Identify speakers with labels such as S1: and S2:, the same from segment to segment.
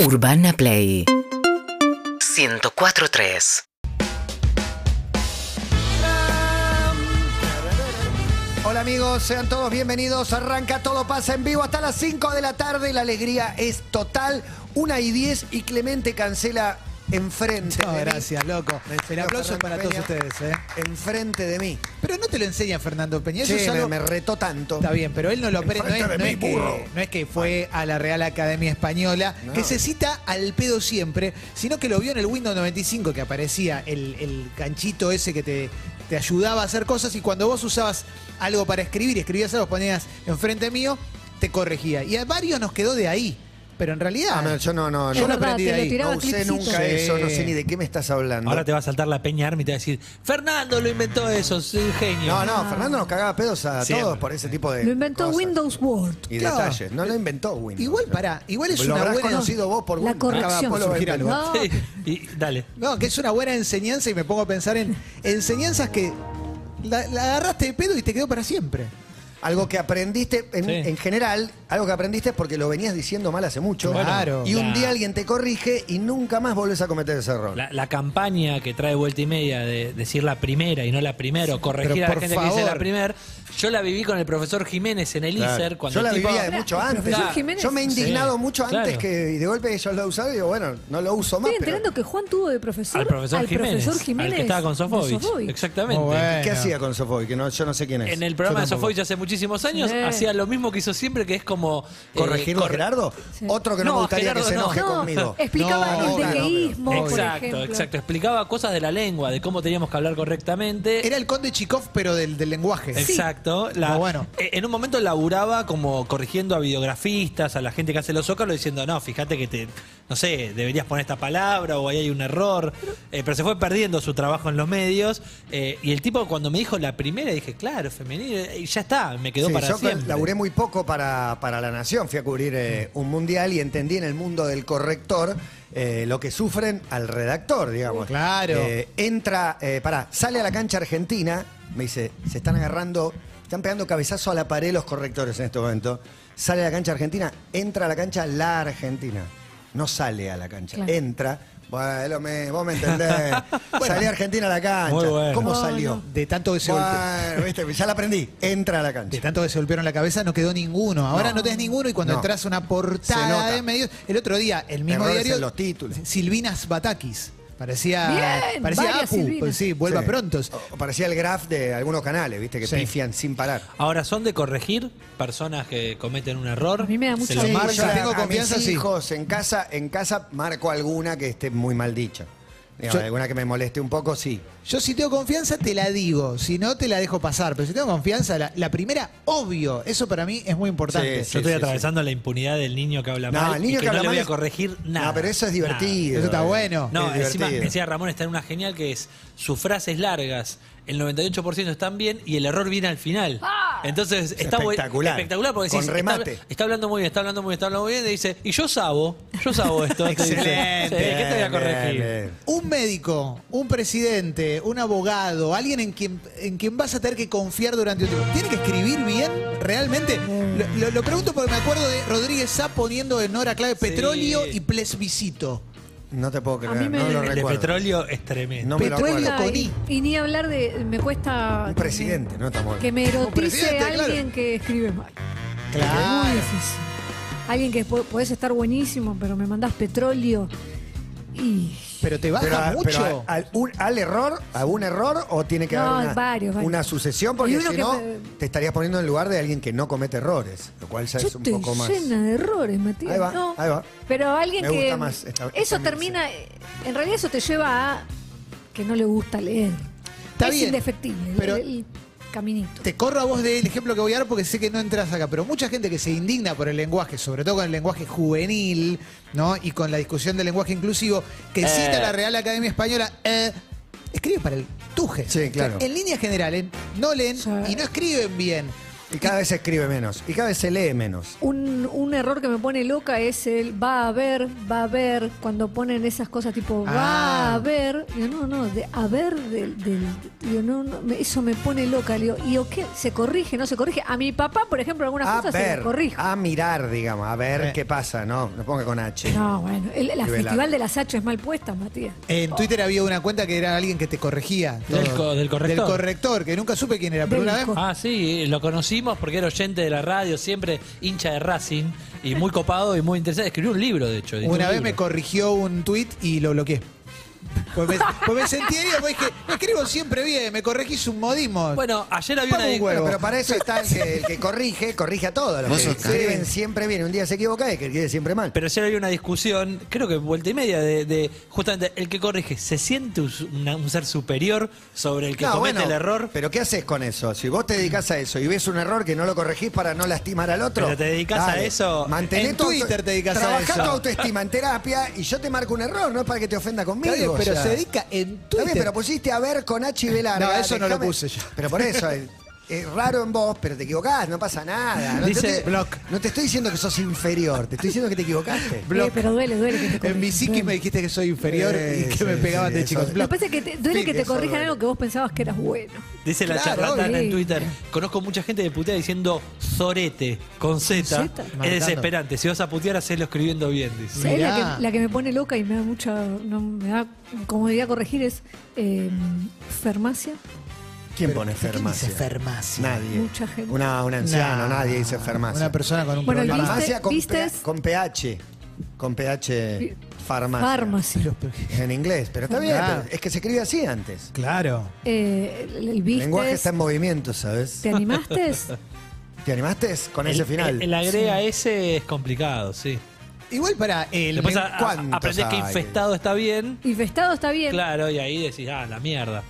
S1: Urbana Play 104.3
S2: Hola amigos, sean todos bienvenidos. Arranca todo pasa en vivo hasta las 5 de la tarde. La alegría es total. Una y 10 y Clemente cancela enfrente.
S3: No,
S2: de mí.
S3: gracias, loco. El aplauso es para todos ustedes, ¿eh?
S2: Enfrente de mí.
S3: Pero no te lo enseña Fernando Peña. Eso
S2: Che,
S3: es
S2: me,
S3: algo-
S2: me retó tanto.
S3: Está bien, pero él no lo aprende. No, es,
S2: Enfrente
S3: no
S2: de
S3: es
S2: mí, burro.
S3: que, no es que fue a la Real Academia Española,
S2: No.
S3: que se cita al pedo siempre, sino que lo vio en el Windows 95, que aparecía el, el canchito ese que te, te ayudaba a hacer cosas. Y cuando vos usabas algo para escribir, escribías algo, ponías enfrente mío, te corregía. Y a varios nos quedó de ahí. Pero en realidad.
S2: Ah, no, yo no, no,
S3: Es
S2: yo no,
S3: verdad, aprendí de
S4: te
S3: ahí.
S4: lo tiraba
S2: no usé
S4: clipsito.
S2: nunca
S3: Sí.
S2: eso. No sé ni de qué me estás hablando.
S5: Ahora te va a saltar la Peña Army y te va a decir, Fernando lo inventó eso, es un genio.
S2: No, no, Fernando nos cagaba pedos a
S5: Siempre.
S2: todos por ese tipo de.
S4: Lo inventó
S2: cosas
S4: Windows Word.
S2: Y
S3: Claro.
S2: detalles. No lo inventó Windows.
S3: Igual, pará, igual es
S2: lo
S3: una
S2: habrás
S3: buena-
S2: conocido vos por
S4: La
S2: Windows.
S4: corrección.
S2: Acabas, vos lo
S3: Surgir algo.
S4: No.
S5: Sí, y dale.
S3: No, que es una buena enseñanza y me pongo a pensar en enseñanzas que la, la agarraste de pedo y te quedó para siempre.
S2: Algo que aprendiste en,
S5: Sí.
S2: en general, algo que aprendiste es porque lo venías diciendo mal hace mucho.
S3: Bueno, Claro.
S2: Y un
S5: la-
S2: día alguien te corrige y nunca más volvés a cometer ese error.
S5: La, la campaña que trae vuelta y media de decir la primera y no la primera, o corregir
S3: pero
S5: a la
S3: por
S5: gente que dice
S3: favor.
S5: la primera, yo la viví con el profesor Jiménez en el
S2: Claro.
S5: ISER cuando
S2: yo la
S5: el tipo-
S2: vivía de mucho
S4: Claro,
S2: antes.
S4: profesor Jiménez.
S2: Yo me he indignado
S5: Sí,
S2: mucho antes
S5: claro.
S2: que y de golpe ellos lo usaron y digo, bueno, no lo uso más.
S4: Estoy
S2: pero-
S4: entendiendo que Juan tuvo de profesor
S5: al profesor Jiménez,
S4: profesor Jiménez
S5: al que estaba con
S4: de
S5: Sofovich.
S4: Sofovich.
S5: Exactamente.
S3: Muy bueno.
S2: ¿Qué hacía con Sofobi? Que no, yo no sé quién es.
S5: En el
S3: Yo
S5: programa de
S3: tampoco.
S5: Sofovich hace muchísimos años
S4: Sí.
S5: hacía lo mismo que hizo siempre, que es como... eh,
S2: ¿Corregirlo a
S5: corre-
S2: Gerardo?
S4: Sí.
S2: Otro que no,
S5: No,
S2: me gustaría
S5: Gerardo,
S2: que se
S5: no.
S2: enoje
S5: No.
S2: conmigo.
S4: Explicaba
S3: No,
S4: el
S2: claro,
S4: dequeísmo,
S2: pero-
S4: por
S5: Exacto,
S4: ejemplo.
S5: exacto. Explicaba cosas de la lengua, de cómo teníamos que hablar correctamente.
S3: Era el conde Chikov, pero del, del lenguaje.
S5: Exacto. La-
S3: No, bueno.
S5: eh, En un momento laburaba como corrigiendo a videografistas, a la gente que hace los zócalos, diciendo, no, fíjate que te, no sé, deberías poner esta palabra o ahí hay un error. Eh, pero se fue perdiendo su trabajo en los medios. eh, y el tipo cuando me dijo la primera, dije, claro, femenino, eh, y ya está, me quedó
S2: Sí,
S5: para
S2: yo
S5: siempre.
S2: laburé muy poco para, para La Nación. Fui a cubrir eh, un mundial y entendí en el mundo del corrector eh, lo que sufren al redactor,
S5: Uh,
S2: digamos.
S3: Claro.
S2: Eh, entra, eh, pará, sale a la cancha argentina, me dice, se están agarrando, están pegando cabezazo a la pared los correctores en este momento. Sale a la cancha argentina, entra a la cancha la Argentina. No sale a la cancha,
S4: Claro.
S2: entra. Bueno, me- vos me entendés. Salí a Argentina a la cancha.
S5: Muy bueno.
S2: ¿Cómo salió?
S3: De tanto que se golpe-
S2: Bueno, viste, ya la aprendí. Entra a la cancha.
S3: De tanto que se golpearon la cabeza no quedó ninguno. Ahora no, tenés ninguno y cuando
S2: No.
S3: entras a una
S2: Se
S3: portada
S2: nota.
S3: de medios. El otro día, el mismo
S2: Errores
S3: diario.
S2: en los títulos.
S3: Silvinas Batakis. Parecía.
S4: Bien,
S3: parecía
S4: varias
S3: Apu.
S4: Silvinas.
S3: Pues sí, vuelva
S2: Sí. Oh.
S3: pronto.
S2: O- o parecía el graph de algunos canales, viste, que
S3: Sí.
S2: pifian sin parar.
S5: Ahora, ¿son de corregir personas que cometen un error?
S4: A mí me da mucha
S5: Se lo
S3: Sí,
S5: marca.
S3: yo tengo
S2: a
S3: confianza,
S2: mis
S3: sí.
S2: hijos en casa, en casa marco alguna que esté muy mal dicha. Digamos,
S3: Yo-
S2: alguna que me moleste un poco, sí.
S3: Yo si tengo confianza te la digo, si no te la dejo pasar, pero si tengo confianza, la, la primera, obvio, eso para mí es muy importante.
S2: Sí, sí.
S5: Yo estoy atravesando la impunidad del niño que habla mal. y que no
S2: habla
S5: le voy
S2: mal
S5: a corregir
S2: es-
S5: nada.
S2: No, pero eso es
S5: nada.
S2: divertido.
S3: Eso está
S2: eh.
S3: bueno.
S5: No,
S2: Es
S5: encima,
S2: divertido.
S5: encima Ramón está en una genial que es sus frases largas, el 98% están bien y el error viene al final. Entonces está bu-
S2: espectacular.
S5: espectacular porque
S2: Con
S5: decís,
S2: remate.
S5: Está, está hablando muy bien, está hablando muy bien, está hablando muy bien. Y dice, y yo sabo, yo sabo esto. te dice.
S3: Excelente.
S5: Sí, ¿Qué te voy a corregir?
S2: Bien, bien.
S3: Un médico, un presidente, un abogado, alguien en quien, en quien vas a tener que confiar durante un tiempo, ¿tiene que escribir bien realmente?
S4: Mm.
S3: Lo, lo- lo pregunto porque me acuerdo de Rodríguez Sá poniendo en hora clave petróleo y plebiscito.
S2: No te puedo creer,
S4: mí me-
S2: no lo
S4: De
S5: El de
S2: recuerdo.
S5: petróleo es tremendo.
S2: No me lo
S3: Petróleo
S2: acuerdo.
S3: con
S4: y,
S3: I.
S4: y ni hablar de. Me cuesta.
S2: Un
S4: que me-
S2: presidente, no está bueno.
S4: Que me erotice
S3: presidente, claro.
S4: alguien que escribe mal.
S3: Claro.
S4: Muy difícil. Alguien que po- podés estar buenísimo, pero me mandás petróleo. Y.
S3: Pero te baja
S2: Pero, a-
S3: mucho.
S2: pero ah, a- al, un- al error, a un error o tiene que
S4: No,
S2: haber una,
S4: varios, varios.
S2: una sucesión porque
S4: Hay uno
S2: si
S4: que
S2: no
S4: me-
S2: te estarías poniendo en el lugar de alguien que no comete errores, lo cual ya
S4: Yo
S2: es un
S4: estoy
S2: poco más.
S4: llena de errores, Matías.
S2: Ahí va,
S4: No,
S2: ahí va.
S4: Pero alguien
S2: Me
S4: que.
S2: gusta más esta- esta
S4: eso
S2: mesa.
S4: termina. eh, En realidad, eso te lleva a que no le gusta leer.
S2: ah.
S3: Está
S4: es
S3: bien,
S4: indefectible.
S3: pero-
S4: el, el caminito.
S3: Te corro a vos del ejemplo que voy a dar porque sé que no entras acá, pero mucha gente que se indigna por el lenguaje, sobre todo con el lenguaje juvenil, ¿no? Y con la discusión del lenguaje inclusivo,
S5: Eh.
S3: que cita la Real Academia Española, eh, escribe para el tuje.
S2: Sí, claro.
S3: En líneas generales, no leen
S4: Sí.
S3: y no escriben bien.
S2: Y cada vez se escribe menos. Y cada vez se lee menos.
S4: Un, un error que me pone loca es el va a haber, va a haber, cuando ponen esas cosas tipo va
S3: Ah.
S4: a haber. Digo, no, no, de haber del. del- digo, no, no, me- eso me pone loca. Digo, ¿y o qué? ¿Se corrige? ¿No se corrige? A mi papá, por ejemplo, algunas
S2: A
S4: cosas se
S2: ver,
S4: le corrige.
S2: a mirar, digamos, a ver
S3: Eh.
S2: qué pasa, ¿no? No ponga con H.
S4: No, bueno, el, la
S2: Y velar.
S4: festival de las H es mal puesta, Matías.
S3: En Twitter había una cuenta que era alguien que te corregía.
S5: Del
S3: todo.
S5: co- del
S3: Del
S5: corrector.
S3: corrector, que nunca supe quién era, pero
S4: Del
S3: una vez.
S4: co-
S5: Ah, sí, lo conocimos porque era oyente de la radio, siempre hincha de Racing y muy copado y muy interesante. Escribió un libro, de hecho. editó
S3: Una
S5: un
S3: vez
S5: libro.
S3: me corrigió un tweet y lo bloqueé. Pues me, pues me sentí herido, pues dije, escribo siempre bien, me corregís un modismo.
S5: Bueno, ayer había
S3: Pame
S5: una.
S3: un huevo.
S2: Pero, pero para eso está el que, el que corrige, corrige a todos. Los
S1: Vos
S2: que
S1: sos
S2: escriben siempre bien, un día se equivoca y el que escribe siempre mal.
S5: Pero ayer había una discusión, creo que vuelta y media, de, de justamente el que corrige, ¿se siente un, su- una- un ser superior sobre el que
S2: No,
S5: comete
S2: bueno,
S5: el error?
S2: Pero ¿qué haces con eso? Si vos te dedicás a eso y ves un error que no lo corregís para no lastimar al otro.
S5: Pero te dedicás a eso.
S2: Mantené
S3: En
S2: tu auto-
S3: Twitter te dedicás a
S2: trabajá
S3: eso.
S2: tu autoestima en terapia y yo te marco un error, no es para que te ofenda conmigo.
S3: Está bien, pero
S2: o sea.
S3: se dedica en
S2: Está
S3: Twitter.
S2: bien, pero pusiste a ver con H y B larga,
S3: No, eso no lo puse yo.
S2: Pero por eso, es, es raro en vos, pero te equivocás, no pasa nada. No,
S5: Dice-
S2: no te,
S3: Block.
S2: no te estoy diciendo que sos inferior, te estoy diciendo que te equivocaste.
S4: Eh, pero duele, duele que te corrijan.
S3: En mi psiquis
S4: duele.
S3: me dijiste que soy inferior
S2: Eh,
S3: y que
S2: sí,
S3: me pegaban
S2: sí,
S3: de
S2: eso
S3: chicos.
S2: es.
S4: Lo
S3: Block.
S4: que pasa es que te- duele
S3: Sí,
S4: que te
S3: eso
S4: corrijan
S3: duele.
S4: algo que vos pensabas que eras bueno.
S5: Dice la
S2: Claro,
S5: charlatana en
S4: obvio.
S5: Twitter. Conozco mucha gente que putea diciendo Zorete con Z.
S4: Zeta.
S5: Es
S3: Marcando.
S5: desesperante. Si vas a putear, hacelo escribiendo bien, dice.
S4: ¿Sabés
S3: Mirá.
S4: La, que, la que me pone loca y me da mucha. No, me da comodidad corregir es. eh, farmacia.
S2: ¿Quién pone
S3: ¿Quién dice
S2: farmacia?
S3: farmacia?
S2: Nadie.
S4: Mucha gente.
S2: Una, un anciano,
S3: Nah,
S2: nadie dice farmacia.
S3: Una persona con un
S4: Bueno,
S3: problema.
S4: ¿viste?
S2: Farmacia con,
S4: ¿Viste?
S2: ph- con ph. Con ph.
S4: Sí.
S2: Farmacia.
S4: Farmacia.
S3: Pero- pero-
S2: En inglés, pero está bien.
S4: Ah.
S3: Claro.
S2: pero es que se escribe así antes.
S3: claro.
S4: Eh, el, el
S2: El
S4: vistes,
S2: lenguaje está en movimiento, ¿sabes?
S4: ¿Te animaste?
S2: ¿Te animaste con ese
S5: El-
S2: final?
S5: El, el agrega ese es complicado, sí.
S3: Igual para eh, el.
S5: Después a-
S3: len-
S5: a-
S2: ¿cuántos
S5: aprendés que
S2: hay?
S5: infestado está bien.
S4: Infestado está bien.
S5: Claro, y ahí decís, ah, la mierda.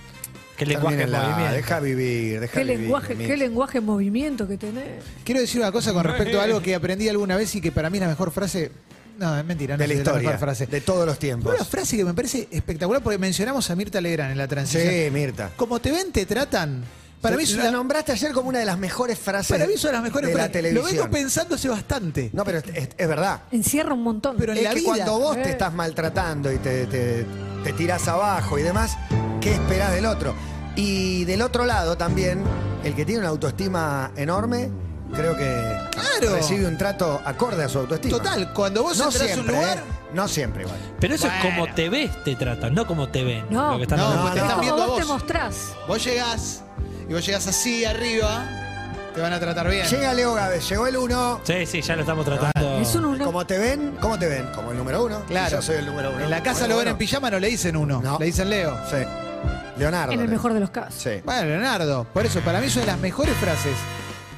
S5: Que el lenguaje en
S2: Termínenla,
S5: movimiento.
S2: deja vivir, deja
S4: ¿Qué
S2: vivir.
S4: lenguaje,
S2: Mix.
S4: qué lenguaje en movimiento que tenés.
S3: Quiero decir una cosa con respecto a algo que aprendí alguna vez y que para mí es la mejor frase. No, es mentira, no
S2: de
S3: es
S2: la
S3: la
S2: historia,
S3: mejor frase.
S2: de todos los tiempos.
S3: Una frase que me parece espectacular porque mencionamos a Mirta Legrand en la transición.
S2: Sí, Mirta.
S3: Como te ven, te tratan. Para mí es
S2: la
S3: una-
S2: nombraste ayer como una de las mejores frases
S3: para mí es una de las mejores
S2: de la
S3: frases. Lo
S2: televisión.
S3: vengo pensando hace bastante.
S2: No, pero es, es- es verdad.
S4: Encierra un montón.
S3: Pero en
S2: es
S3: la
S2: que
S3: vida.
S2: cuando vos te
S4: Eh.
S2: estás maltratando y te, te, te tirás abajo y demás, ¿qué esperás del otro? Y del otro lado también, el que tiene una autoestima enorme, creo que
S3: Claro.
S2: recibe un trato acorde a su autoestima.
S3: Total, cuando vos
S2: no
S3: entras
S2: siempre,
S3: a un lugar.
S2: ¿eh? No siempre igual.
S5: Pero eso es
S3: Bueno.
S5: como te ves, te tratan, no como te ven.
S4: No,
S5: lo que están
S3: no,
S5: hablando.
S3: pues te
S4: Es
S3: están
S4: como
S3: viendo a
S4: vos te
S3: vos.
S4: mostrás.
S3: Vos llegás y vos llegás así arriba, te van a tratar bien.
S2: Llega Leo Gávez, llegó el uno.
S5: Sí, sí, ya lo estamos tratando.
S4: Ah, Es un uno.
S2: ¿Cómo te ven? ¿Cómo te ven? Como el número uno.
S3: Claro.
S2: Y Yo soy el número uno.
S3: En la casa
S2: Bueno,
S3: lo ven en
S2: bueno.
S3: pijama, no le dicen uno,
S2: No.
S3: le dicen Leo.
S2: Sí. Leonardo.
S4: En el
S2: le-
S4: mejor de los casos.
S2: Sí.
S3: Bueno, Leonardo, por eso, para mí son las mejores frases.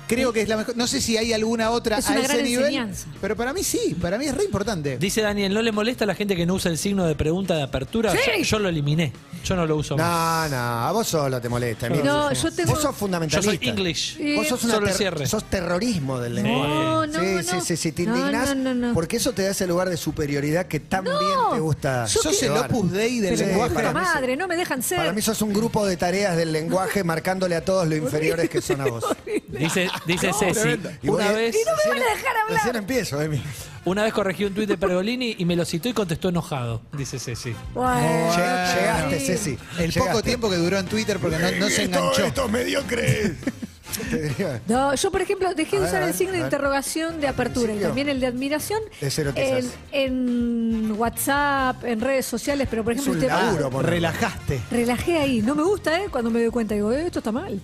S3: Creo que es la mejor. No sé si hay alguna otra
S4: Es
S3: a
S4: una
S3: ese
S4: gran
S3: nivel.
S4: enseñanza.
S3: Pero para mí sí, para mí es re importante.
S5: Dice Daniel, ¿no le molesta a la gente que no usa el signo de pregunta de apertura?
S4: Sí.
S5: Yo, yo lo eliminé. Yo no lo uso más.
S2: No, no, a vos solo te molesta. Emilio.
S4: No, yo tengo-
S2: Vos sos
S5: Yo
S2: fundamentalista.
S5: soy English.
S4: Sí.
S2: Vos sos, una
S5: Solo el
S2: ter-
S5: cierre.
S2: sos terrorismo del lenguaje.
S4: No, no,
S2: sí,
S4: no.
S2: sí, sí, sí, te
S4: No,
S2: indignás
S4: no, no, no.
S2: porque eso te da ese lugar de superioridad que tan bien te gusta.
S3: Sos el
S2: llevar.
S3: Opus Dei del
S2: Sí,
S4: Pero
S3: lenguaje.
S4: puta
S2: para mí sos-
S4: madre, no me dejan ser.
S2: Para mí sos un grupo de tareas del lenguaje marcándole a todos lo inferiores que son a vos.
S5: Dice, dice Ceci,
S3: tremendo.
S2: Y
S5: una
S2: voy-
S5: vez,
S4: no me van a dejar hablar.
S2: Recién empiezo, Emi.
S5: una vez corregí un tuit de Pergolini y me lo citó y contestó enojado, dice Ceci.
S4: Bueno.
S2: Lle- Llegaste, Ceci.
S3: El poco
S2: llegaste.
S3: tiempo que duró en Twitter porque no, no se enganchó.
S2: mediocres. Te diría,
S4: No, yo por ejemplo dejé
S2: A
S4: de
S2: ver,
S4: usar
S2: a ver,
S4: el signo de
S2: a ver.
S4: interrogación de apertura y
S2: principio.
S4: también el de admiración
S2: Es cero que
S4: en,
S2: seas.
S4: en WhatsApp, en redes sociales, pero por
S2: Es
S4: ejemplo
S2: un
S4: este-
S5: Ah,
S2: laburo, poner.
S3: Relajaste.
S4: relajé ahí, no me gusta, ¿eh? Cuando me doy cuenta digo, "Eh, esto está mal.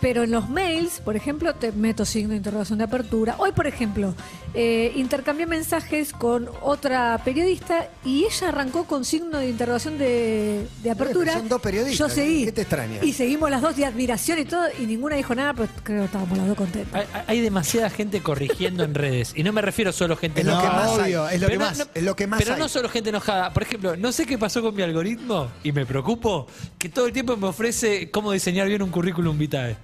S4: Pero en los mails, por ejemplo, te meto signo de interrogación de apertura. Hoy, por ejemplo, eh, intercambié mensajes con otra periodista y ella arrancó con signo de interrogación de, de apertura.
S2: pero son dos periodistas,
S4: Yo seguí.
S2: ¿qué te extraña?
S4: Y seguimos las dos de admiración y todo, y ninguna dijo nada, pero creo que estábamos las dos contentas.
S5: Hay, hay demasiada gente corrigiendo en redes. Y no me refiero solo a gente
S2: Es lo que
S5: enojada.
S2: más hay.
S3: obvio, es lo
S5: Pero
S3: que
S5: no-
S3: más.
S5: no-
S2: es lo que más
S5: Pero
S2: hay.
S5: no solo gente enojada. Por ejemplo, no sé qué pasó con mi algoritmo y me preocupo que todo el tiempo me ofrece cómo diseñar bien un currículum vitae.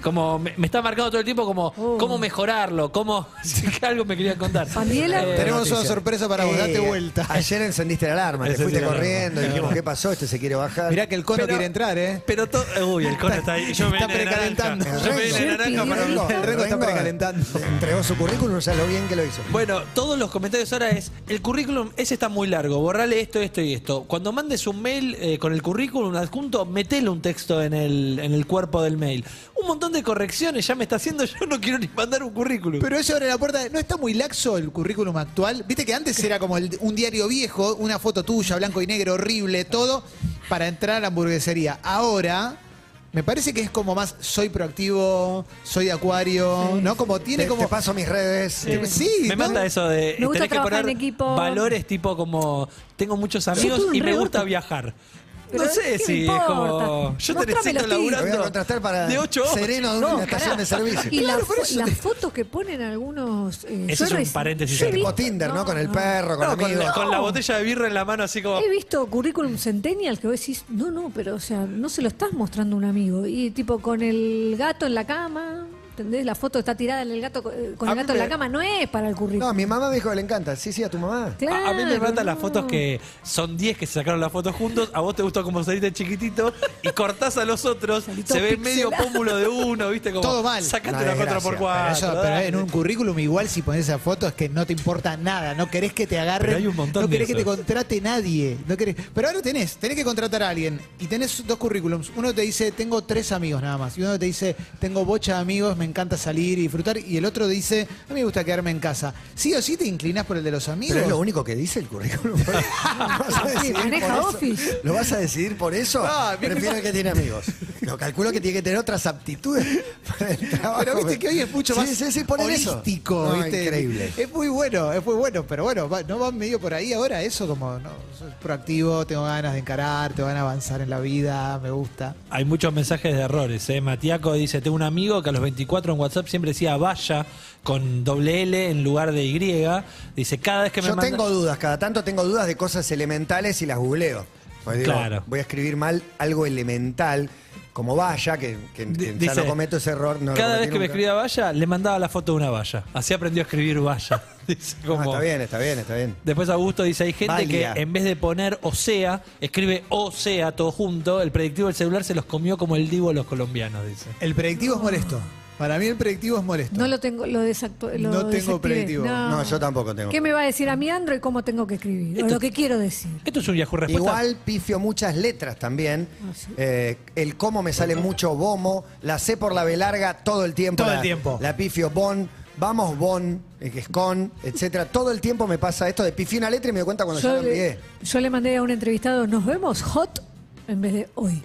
S5: Como me, me está marcando todo el tiempo como
S4: Oh.
S5: cómo mejorarlo, cómo si que algo me querían contar.
S4: Pandiela.
S5: Eh,
S3: Tenemos
S2: noticia.
S3: una sorpresa para vos, date vuelta.
S2: Eh, Ayer encendiste la alarma, te
S5: Encendí
S2: fuiste
S5: la alarma.
S2: corriendo, dijimos, ¿qué pasó? Este se quiere bajar.
S3: Mirá que el cono
S5: Pero-
S3: quiere entrar, ¿eh?
S5: Pero todo. Uy, el cono está ahí. Yo me
S3: Está
S5: vine de
S3: precalentando.
S5: naranja. Yo me vine de
S4: Ayer
S5: naranja
S4: pidió
S5: para
S4: el
S5: hablar.
S3: El Rengo está precalentando.
S2: Entregó su currículum, ya lo bien que lo hizo.
S5: Bueno, todos los comentarios ahora es, el currículum ese está muy largo, borrale esto, esto y esto. Cuando mandes un mail eh, con el currículum adjunto, metele un texto en el, en el cuerpo del mail. Un montón de correcciones ya me está haciendo, yo no quiero ni mandar un currículum.
S3: Pero eso abre la puerta. de- ¿No está muy laxo el currículum actual? Viste que antes era como el- un diario viejo, una foto tuya, blanco y negro, horrible, todo, para entrar a la hamburguesería. Ahora, me parece que es como más soy proactivo, soy de acuario, ¿no? Como tiene
S2: Te,
S3: como.
S2: te paso mis redes.
S3: Sí. Sí,
S5: Eh, me
S3: ¿no?
S5: manda eso de
S4: Me gusta
S5: tenés que
S4: trabajar
S5: poner
S4: en equipo.
S5: valores tipo como tengo muchos
S4: Sí,
S5: amigos
S4: tú,
S5: y
S4: re
S5: me gusta
S4: orto.
S5: viajar.
S4: Pero
S5: no sé
S4: ¿qué me
S5: si es
S4: importa?
S5: como yo te
S4: Mostrame
S5: necesito
S4: los tips.
S2: Lo voy a
S5: laburando
S2: contratar para
S5: de 8
S2: sereno de una
S4: No,
S2: estación
S4: pará.
S2: de servicio.
S4: Y la
S3: Claro, por
S4: fo-
S3: eso
S4: las
S3: te-
S4: fotos que ponen algunos. eh,
S5: Ese
S4: yo
S5: es un
S4: reci-
S5: paréntesis.
S4: yo he
S5: Tipo
S4: visto-
S2: Tipo Tinder, ¿no? Con el perro, con
S5: No, con,
S2: amigos.
S5: la, con la
S4: No.
S5: botella de birra en la mano así como
S4: He visto currículum centennial que vos decís, no, no, pero o sea, no se lo estás mostrando a un amigo. Y tipo con el gato en la cama, ¿entendés? La foto está tirada en el gato, eh, con
S5: A
S4: el
S5: mí
S4: gato en
S5: me-
S4: la cama, no es para el
S2: No,
S4: currículum.
S2: mi mamá me dijo que le encanta. Sí, sí, a tu mamá.
S4: Claro,
S5: A, a mí me encantan las
S4: no.
S5: fotos que son 10 que se sacaron las fotos juntos, a vos te gustó como saliste chiquitito y cortás a los otros,
S4: Salí todo
S5: se ve medio
S4: pixelado.
S5: pómulo de uno, viste como
S3: Todo mal.
S5: sacate
S2: Una
S5: la 4 por
S2: desgracia,
S3: Pero,
S5: 4
S3: eso- pero en un currículum igual si pones esa foto es que no te importa nada, no querés que te agarren,
S5: Pero hay un montón
S3: no
S5: de
S3: querés que te
S5: esos.
S3: contrate nadie, no querés, pero ahora tenés, tenés que contratar a alguien y tenés dos currículums, uno te dice tengo tres amigos nada más y uno te dice tengo bocha de amigos, me encanta salir y disfrutar y el otro dice a mí me gusta quedarme en casa, sí o sí te inclinás por el de los amigos,
S2: Pero es lo único que dice el currículum. ¿Vas a decidir por
S4: maneja
S2: eso?
S4: Office.
S2: ¿Lo vas a decidir por eso?
S3: Ah, bien
S2: Prefiero el que tiene amigos. Lo calculo que tiene que tener otras aptitudes para el trabajo.
S3: Pero viste que hoy es mucho
S2: Sí,
S3: más
S2: sí, sí, ponen eso.
S3: holístico,
S2: No,
S3: ¿viste? Eh,
S2: Increíble.
S3: Es muy bueno, es muy bueno, pero bueno, va- no va medio por ahí ahora eso, como no, soy proactivo, tengo ganas de encarar, tengo ganas de avanzar en la vida, me gusta.
S5: Hay muchos mensajes de errores. ¿eh? Matiaco dice: Tengo un amigo que a los 24 en WhatsApp siempre decía vaya con doble L en lugar de Y. Dice: Cada vez que me
S2: Yo
S5: manda-
S2: tengo dudas, cada tanto tengo dudas de cosas elementales y las googleo. Pues digo,
S5: Claro.
S2: Voy a escribir mal algo elemental, como vaya, que, que- que
S5: D-
S2: ya
S5: dice,
S2: no cometo ese error. No lo
S5: Cada
S2: cometí
S5: vez que me
S2: nunca.
S5: escribía vaya, le mandaba la foto de una valla. Así aprendió a escribir valla. Dice
S2: Ah,
S5: como.
S2: está bien, está bien, está bien.
S5: Después Augusto dice, hay gente
S2: Valia.
S5: que en vez de poner o sea, escribe o sea todo junto, el predictivo del celular se los comió como el divo los colombianos, dice.
S3: El predictivo es molesto. Para mí el predictivo es molesto.
S4: No lo tengo, lo desactu- lo
S3: No tengo
S4: desactivé.
S3: predictivo.
S2: No, yo tampoco tengo.
S4: ¿Qué me va a decir a mí Android cómo tengo que escribir? O
S5: Esto-
S4: lo que quiero decir.
S5: Esto es un Yahoo respuesta.
S2: Igual pifio muchas letras también.
S4: Ah, sí.
S2: Eh, el cómo me sale mucho bomo. La C por la B larga todo el tiempo.
S3: Todo el
S2: la,
S3: tiempo.
S2: La pifio bon. Vamos bon, eh, que es con, etcétera. Todo el tiempo me pasa esto de pifié una letra y me doy cuenta cuando ya
S4: Yo
S2: la
S4: le,
S2: olvidé.
S4: yo le mandé a un entrevistado, nos vemos hot en vez de hoy.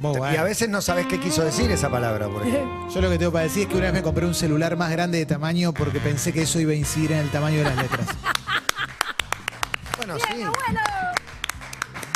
S3: Muy Oh, bueno.
S2: Y a veces no sabes qué quiso decir esa palabra, por ejemplo.
S3: Yo lo que tengo para decir es que una vez me compré un celular más grande de tamaño porque pensé que eso iba a incidir en el tamaño de las letras.
S2: Bueno, sí.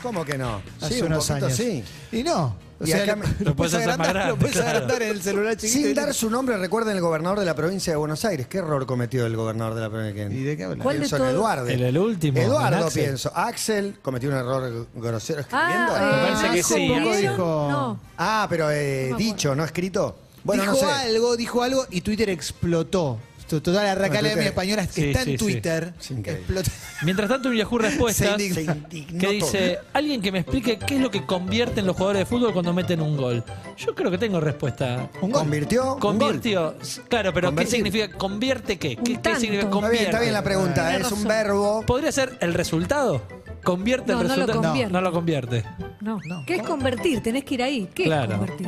S2: ¿Cómo que no?
S3: Hace
S2: sí, un
S3: unos
S2: poquito
S3: años.
S2: sí.
S3: Y no. O
S2: Y
S3: sea,
S2: acá
S3: lo,
S2: me-
S3: lo
S5: Lo puedes
S3: puedes
S5: hacer más
S3: agrandar, lo
S5: grande,
S3: puedes
S5: claro.
S3: agrandar en el celular chiquito.
S2: Sin dar su nombre, recuerden el gobernador de la provincia de Buenos Aires. ¿Qué error cometió el gobernador de la provincia?
S3: ¿Y de qué hablas?
S4: ¿Cuál de
S2: Pienso en
S4: todos?
S2: Eduardo.
S5: El- el último, en
S2: Eduardo
S5: Axel.
S2: pienso. Axel cometió un error grosero escribiendo.
S4: Ah,
S5: Me
S4: eh,
S5: parece que
S4: ¿no
S5: sí,
S4: supieron?
S3: dijo.
S4: No.
S2: Ah, pero eh,
S4: No me acuerdo.
S2: dicho, no escrito. Bueno,
S3: dijo
S2: no sé.
S3: algo, dijo algo y Twitter explotó. To- Toda la racalea
S2: Twitter-
S3: española que
S5: Sí,
S3: está
S5: sí, sí.
S3: en Twitter
S2: Es increíble.
S3: explotó.
S5: Mientras tanto, un Yahoo respuesta
S2: Se indigna- se indignó
S5: que
S2: todo.
S5: dice, alguien que me explique qué es lo que convierten los jugadores de fútbol cuando meten un gol. Yo creo que tengo respuesta.
S2: ¿Un gol? ¿Convirtió?
S5: Convirtió. Claro, pero
S2: Convertir.
S5: ¿qué significa? ¿Convierte qué? ¿Qué, qué
S4: tanto.
S5: significa
S2: Está
S5: convierte?
S2: bien, está bien la pregunta. Es un
S4: razón.
S2: verbo.
S5: ¿Podría ser el resultado? ¿Convierte
S4: No,
S5: el
S4: no lo
S5: resultado?
S4: convierte.
S5: no lo convierte.
S4: No.
S3: No.
S4: ¿Qué es convertir? Tenés que ir ahí. ¿Qué
S5: Claro.
S4: es convertir?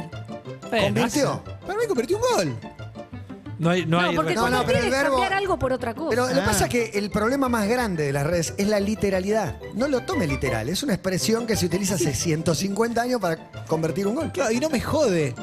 S5: Bueno,
S2: ¿Convirtió?
S3: Para mí convirtió un gol.
S5: No hay, no
S4: No,
S5: hay
S4: porque
S5: respuesta.
S2: No, no,
S4: convertir
S2: pero el
S4: es
S2: verbo-
S4: cambiar algo por otra cosa.
S2: Pero eh, lo que
S3: Ah.
S2: pasa es que el problema más grande de las redes es la literalidad. No lo tome literal. Es una expresión que se utiliza hace 150 años para convertir un gol.
S3: Claro, y no me jode.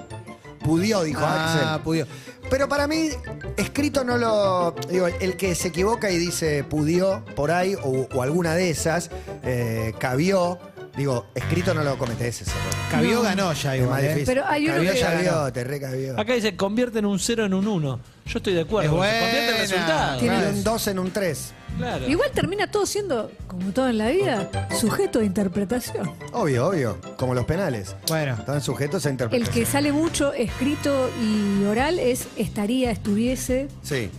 S2: Pudió, dijo
S3: ah,
S2: Axel.
S3: pudió.
S2: Pero para mí, escrito no lo. Digo, el que se equivoca y dice pudió por ahí o, o alguna de esas, eh, cabió. Digo, escrito no lo cometés ese error.
S3: Cabió ganó ya
S2: Es más
S3: igual. ¿eh?
S2: difícil.
S4: Pero hay uno
S2: Cabió,
S4: que-
S2: ya vio, te recabió.
S5: Acá dice, convierten un 0 en un 1. Yo estoy de acuerdo.
S3: Es
S5: Convierte el
S3: buena.
S5: resultado.
S2: Tiene
S3: Claro.
S2: un 2 en un 3.
S5: Claro.
S4: Igual termina todo siendo, como todo en la vida, sujeto de interpretación.
S2: Obvio, obvio. Como los penales.
S3: Bueno,
S2: Están sujetos a
S4: El
S2: interpretación.
S4: que sale mucho escrito y oral es estaría, estuviese.
S2: Sí.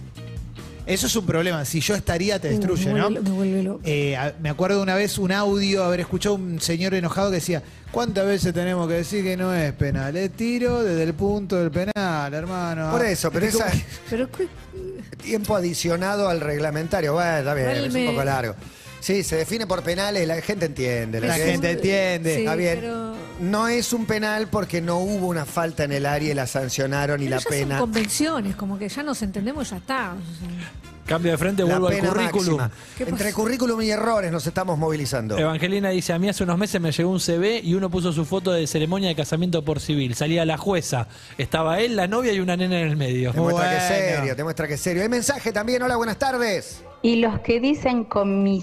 S3: eso es un problema. Si yo estaría, te
S4: Uh,
S3: destruye,
S4: me
S3: ¿no?
S4: vuelve lo- me vuelve loco.
S3: Eh, a- me acuerdo una vez un audio, haber escuchado un señor enojado que decía, ¿cuántas veces tenemos que decir que no es penal? Es tiro desde el punto del penal, hermano.
S2: Por eso, pero
S3: Es como-
S2: esa
S4: Pero ¿qué-
S2: tiempo adicionado al reglamentario. Bueno, está bien,
S4: Igual
S2: es
S4: me-
S2: un poco largo. Sí, se define por penales, la gente entiende.
S3: La
S2: que-
S3: gente entiende.
S4: Sí,
S2: Está bien.
S4: pero-
S2: No es un penal porque no hubo una falta en el área y la sancionaron y
S4: pero
S2: la
S4: ya
S2: pena.
S4: son convenciones, como que ya nos entendemos, ya está. O sea,
S5: Cambio de frente,
S2: La
S5: vuelvo al
S2: pena
S5: currículum.
S2: máxima.
S4: ¿Qué
S2: Entre
S4: pasó?
S2: currículum y errores nos estamos movilizando.
S5: Evangelina dice, a mí hace unos meses me llegó un CV y uno puso su foto de ceremonia de casamiento por civil. Salía la jueza, estaba él, la novia y una nena en el medio.
S2: Te muestra que es
S3: Bueno.
S2: serio, te muestra que es serio. Hay mensaje también. Hola, buenas tardes.
S1: Y los que dicen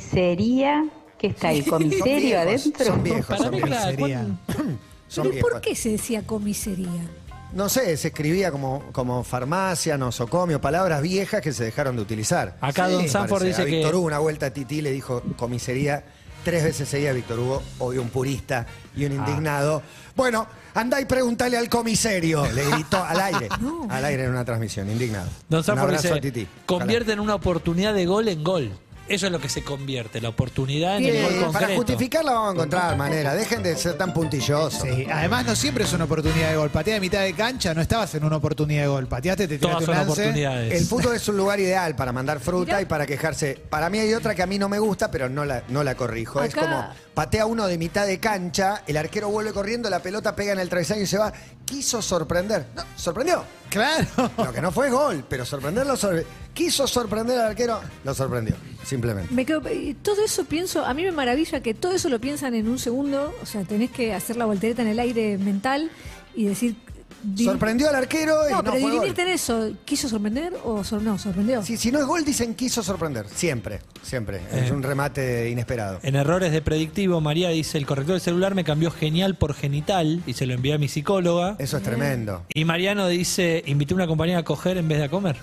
S1: comisería, que está el comisario
S2: Son viejos,
S1: adentro.
S2: Son viejos,
S5: Para
S2: son
S5: mí,
S2: viejos.
S5: claro,
S3: Sería.
S5: ¿cuán-
S2: son
S4: ¿Pero
S2: viejos.
S4: por qué se decía comisaría?
S2: No sé, se escribía como, como farmacia, nosocomio, palabras viejas que se dejaron de utilizar.
S5: Acá Don
S2: me
S5: Sanford
S2: parece.
S5: dice
S2: A
S5: que-
S2: Víctor Hugo una vuelta a Tití le dijo comisaría tres veces seguía a Víctor Hugo, obvio un purista y
S5: Ah.
S2: un indignado. Bueno, andá y pregúntale al comisario, le gritó al aire, al aire en una transmisión, indignado.
S5: Don
S2: Un
S5: Sanford
S2: abrazo
S5: dice,
S2: a Tití. Ojalá.
S5: convierte en una oportunidad de gol en gol. Eso es lo que se convierte, la oportunidad en el
S2: Eh,
S5: gol concreto.
S2: para justificarla vamos a encontrar manera, dejen de ser tan puntillosos.
S3: Sí, además no siempre es una oportunidad de gol. Patea de mitad de cancha, no estabas en una oportunidad de gol. Pateaste, te
S5: Todas
S3: tiraste
S5: son
S3: un lance.
S5: oportunidades.
S2: El fútbol es un lugar ideal para mandar fruta
S4: Mirá.
S2: y para quejarse. Para mí hay otra que a mí no me gusta, pero no la, no la corrijo. Es
S4: Acá-
S2: como patea uno de mitad de cancha, el arquero vuelve corriendo, la pelota pega en el travesaño y se va. Quiso sorprender. No, sorprendió.
S3: Claro.
S2: Lo que no fue gol, pero sorprenderlo sorpre- Quiso sorprender al arquero, lo sorprendió, simplemente.
S4: Me quedo- y todo eso pienso, a mí me maravilla que todo eso lo piensan en un segundo, o sea, tenés que hacer la voltereta en el aire mental y decir... dir-
S2: Sorprendió al arquero y
S4: No,
S2: no,
S4: pero
S2: fue gol.
S4: dirimirte en eso, ¿quiso sorprender o sor- no? ¿Sorprendió?
S2: Si, si no es gol, dicen quiso sorprender. Siempre, siempre. Es un remate inesperado.
S5: En errores de predictivo, María dice, el corrector del celular me cambió genial por genital y se lo envié a mi psicóloga.
S2: Eso es tremendo.
S5: Y Mariano dice, invité a una compañera a coger en vez de a comer.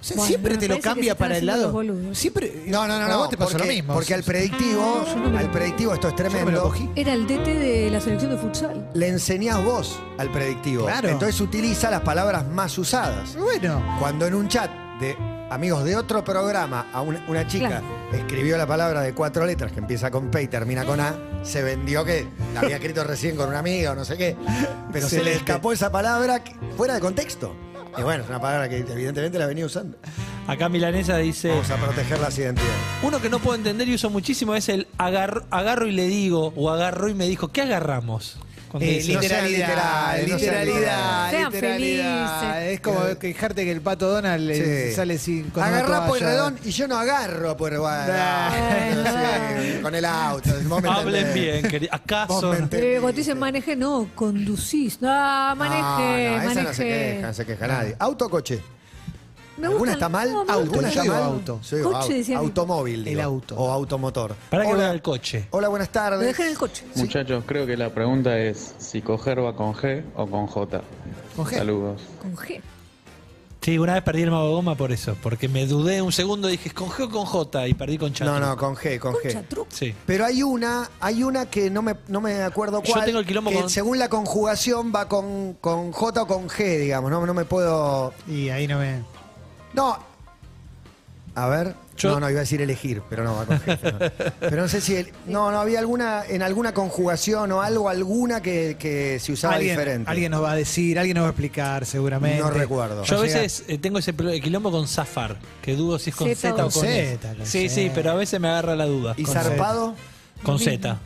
S3: O sea,
S4: Bueno,
S3: siempre
S4: me
S3: te lo
S4: parece que se
S3: cambia
S4: están
S3: para el
S4: haciendo
S3: lado.
S4: los boludos.
S3: Siempre.
S2: No, no, no,
S3: A
S2: no.
S3: vos te pasó
S2: porque,
S3: lo mismo.
S2: Porque al
S3: Ah,
S2: predictivo, al predictivo, esto es
S3: me lo
S2: tremendo.
S3: cogí.
S4: Era el DT de la selección de futsal.
S2: le enseñás vos al predictivo.
S3: Claro.
S2: Entonces utiliza las palabras más usadas.
S3: Bueno.
S2: Cuando en un chat de amigos de otro programa a una, una chica escribió la palabra de cuatro letras que empieza con P y termina con A, se vendió que la había escrito recién con una amiga o no sé qué, pero se le
S3: Excelente.
S2: escapó esa palabra que- fuera de contexto. Y bueno, es una palabra que evidentemente la venía usando.
S5: Acá Milanesa dice,
S2: Vamos a proteger las identidades.
S5: uno que no puedo entender y uso muchísimo es el agar- agarro y le digo, o agarro y me dijo, ¿qué agarramos? Cuando
S3: Eh,
S5: dice-
S2: no sean
S3: literalidad,
S2: literales, no sean
S3: literalidad,
S4: literales. Sean
S3: literalidad.
S4: felices.
S3: Es como quejarte que el pato Donald eh,
S2: Sí.
S3: sale sin con una
S2: Agarrá pues,
S3: toalla.
S2: Pueyrredón y yo no agarro a Pueyrredón. Ah,
S3: Nah.
S2: No sé, con el auto. vos me
S5: Hablen
S2: entendés.
S5: bien, querido.
S2: Vos
S5: ¿Acaso?
S2: me entendés.
S4: Eh, cuando te dicen manejé, no, conducís. No,
S2: No,
S4: manejé,
S2: Ah, no, esa
S4: manejé.
S2: no se queja, no se queja nadie. Auto o coche.
S4: Me
S2: ¿Alguna
S4: gustan-
S2: está mal?
S4: no, me
S2: ¿Alguna
S4: gustan-
S2: está
S3: Yo digo
S2: mal?
S3: auto.
S2: Yo digo
S4: Coche,
S2: au-
S4: decía mi-
S2: automóvil. digo,
S3: El auto.
S2: O automotor.
S5: Para que vea
S2: Hola,
S5: el coche.
S2: hola, buenas
S4: Lo dejé en
S2: tardes.
S4: el coche.
S6: Muchachos, creo que la pregunta es si coger va con G o con J.
S3: Con G.
S6: Saludos.
S4: Con G.
S5: Sí, una vez perdí el mago goma por eso, porque me dudé un segundo, dije, ¿es ¿con G o con J? Y perdí con Chato.
S2: No, no, con G, con
S4: Concha,
S2: G.
S4: truco.
S5: Sí.
S2: Pero hay una, hay una que no me, no me acuerdo
S5: Yo
S2: cuál.
S5: tengo el quilombo
S2: que
S5: con-
S2: Según la conjugación va con, con J o con G, digamos. No, no me puedo.
S3: Y ahí no me.
S2: No. A ver.
S5: Yo-
S2: No, no, iba a decir elegir, pero no, va con jefe, no. Pero no sé si. el- no, no, había alguna. En alguna conjugación o algo, alguna que, que se usaba
S3: Alguien,
S2: diferente.
S3: alguien nos va a decir, alguien nos va a explicar seguramente.
S2: No recuerdo.
S5: Yo a
S3: Va llegar.
S5: veces eh, tengo ese pro- quilombo con Zafar, que dudo si es con
S4: Zeta
S5: Z
S4: o
S5: o con
S3: Zeta,
S5: S.
S3: con
S5: Sí,
S3: Zeta.
S5: sí, pero a veces me agarra la duda.
S2: ¿Y
S5: con
S2: zarpado?
S5: Z. Con Z.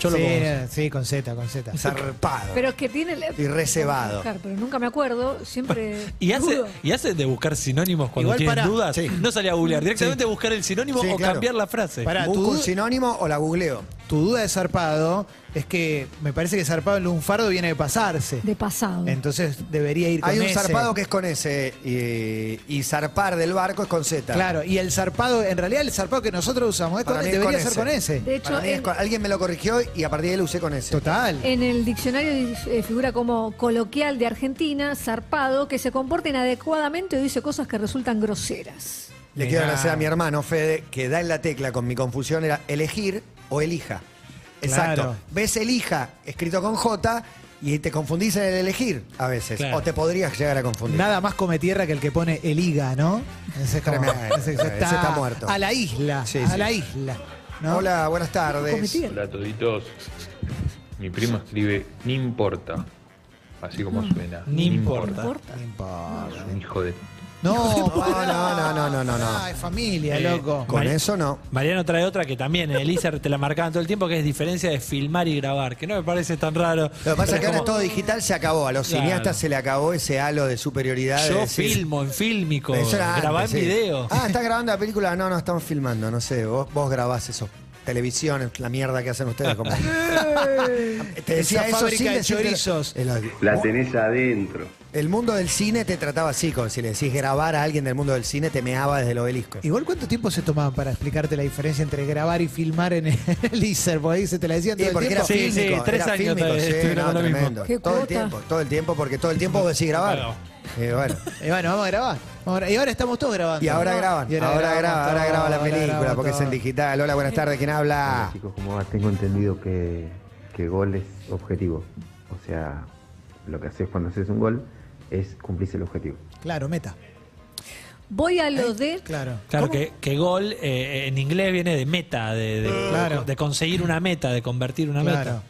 S5: Yo lo
S3: sí,
S5: pongo.
S3: eh, sí, con Z, con Z.
S2: Zarpado.
S4: Pero que tiene... el-
S2: Y recebado.
S4: Buscar, Pero nunca me acuerdo, siempre...
S5: Y hace,
S4: dudo.
S5: y hace de buscar sinónimos cuando
S3: Igual
S5: tienes
S3: para-
S5: dudas.
S2: sí.
S5: No salía a googlear, directamente buscar el sinónimo
S2: Sí,
S5: o
S2: claro.
S5: cambiar la frase.
S3: Pará,
S2: ¿Busco
S3: tú-
S2: un sinónimo o la googleo?
S3: Tu duda de zarpado es que me parece que zarpado en lunfardo viene de pasarse.
S4: De pasado.
S3: Entonces debería ir con
S2: Hay un
S3: S.
S2: zarpado que es con S eh, y, zarpar del barco es con Z.
S3: Claro, y el zarpado, en realidad el zarpado que nosotros usamos es
S2: Para
S3: con-
S2: mí es
S3: debería
S2: con
S3: ser
S2: S.
S3: con S.
S4: de hecho,
S2: Para mí es
S4: en-
S2: con- alguien me lo corrigió y a partir de él usé con S.
S3: Total.
S4: En el diccionario eh, figura como coloquial de Argentina, zarpado, que se comporta inadecuadamente o dice cosas que resultan groseras.
S2: Le
S3: Mirá.
S2: quiero agradecer a mi hermano Fede, que da en la tecla con mi confusión, era elegir o elija. Exacto.
S3: Claro.
S2: Ves elija, escrito con J, y te confundís en el elegir a veces.
S5: Claro.
S2: O te podrías llegar a confundir.
S3: Nada más come tierra que el que pone el higa, ¿no? Ese, es como-
S2: Tremendo. Ese está muerto.
S3: A la isla,
S2: Sí,
S3: a
S2: sí.
S3: la isla. ¿no?
S2: Hola, buenas
S3: Come
S2: tardes.
S3: tierra.
S7: Hola toditos. Mi primo escribe ni importa. Así como
S2: Mm.
S7: suena.
S5: Ni importa.
S3: No importa.
S7: Es un hijo de.
S3: No,
S2: No, no, no, no, no, no, no.
S3: Ah, es familia,
S5: Eh,
S3: loco.
S2: Con
S5: Mari-
S2: eso no.
S5: Mariano trae otra que también en el ISER te la marcaban todo el tiempo, que es diferencia de filmar y grabar, que no me parece tan
S2: Lo
S5: raro.
S2: que pasa es que ahora
S5: Pero como,
S2: todo digital se acabó. A los
S5: Claro.
S2: cineastas se le acabó ese halo de superioridad. de
S5: Yo
S2: decir,
S5: filmo en fílmico,
S2: Eso era antes,
S5: grabar en
S2: sí.
S5: video.
S2: Ah, ¿estás grabando la película? No, no, estamos filmando, no sé. Vos, vos grabás eso. Televisión, la mierda que hacen ustedes. Como... te decía
S3: Esa
S2: eso
S3: fábrica
S2: sin
S3: de
S2: decirte-
S3: chorizos.
S2: El,
S8: La tenés adentro.
S2: el mundo del cine te trataba así, como si le decís grabar a alguien del mundo del cine, te meaba desde el obelisco.
S3: Igual, ¿cuánto tiempo se tomaban para explicarte la diferencia entre grabar y filmar en el ISER? Porque ahí se te la decían
S2: Y
S3: todo el
S2: porque
S3: tiempo.
S2: era
S5: Sí,
S2: fílmico,
S5: sí, tres
S2: era
S5: años
S2: fílmico,
S5: todavía
S2: sí,
S5: estuvieron
S2: no,
S5: con lo mismo.
S2: tremendo.
S4: Qué
S2: Todo el
S4: cuota.
S2: tiempo, todo el tiempo, porque todo el tiempo vos decís grabar.
S5: Claro.
S2: Y bueno.
S3: Y bueno, vamos a grabar. Vamos a gra- Y ahora estamos todos grabando.
S2: Y ahora graban,
S3: Y
S2: ahora, graba,
S3: grabamos
S2: ahora
S3: todo,
S2: graba la
S3: ahora
S2: película,
S3: grabamos
S2: porque es en
S3: todo.
S2: digital. Hola, buenas tardes, ¿quién
S3: Ah.
S2: habla?
S9: Chicos, como va, tengo entendido que, que gol es objetivo. O sea, lo que haces cuando haces un gol es cumplirse el objetivo.
S3: Claro, meta.
S4: Voy a lo de.
S3: Claro.
S5: Claro
S3: ¿Cómo?
S5: que, que gol eh, en inglés viene de meta, de, de-
S3: Claro.
S5: de conseguir una meta, de convertir una
S3: Claro.
S5: meta.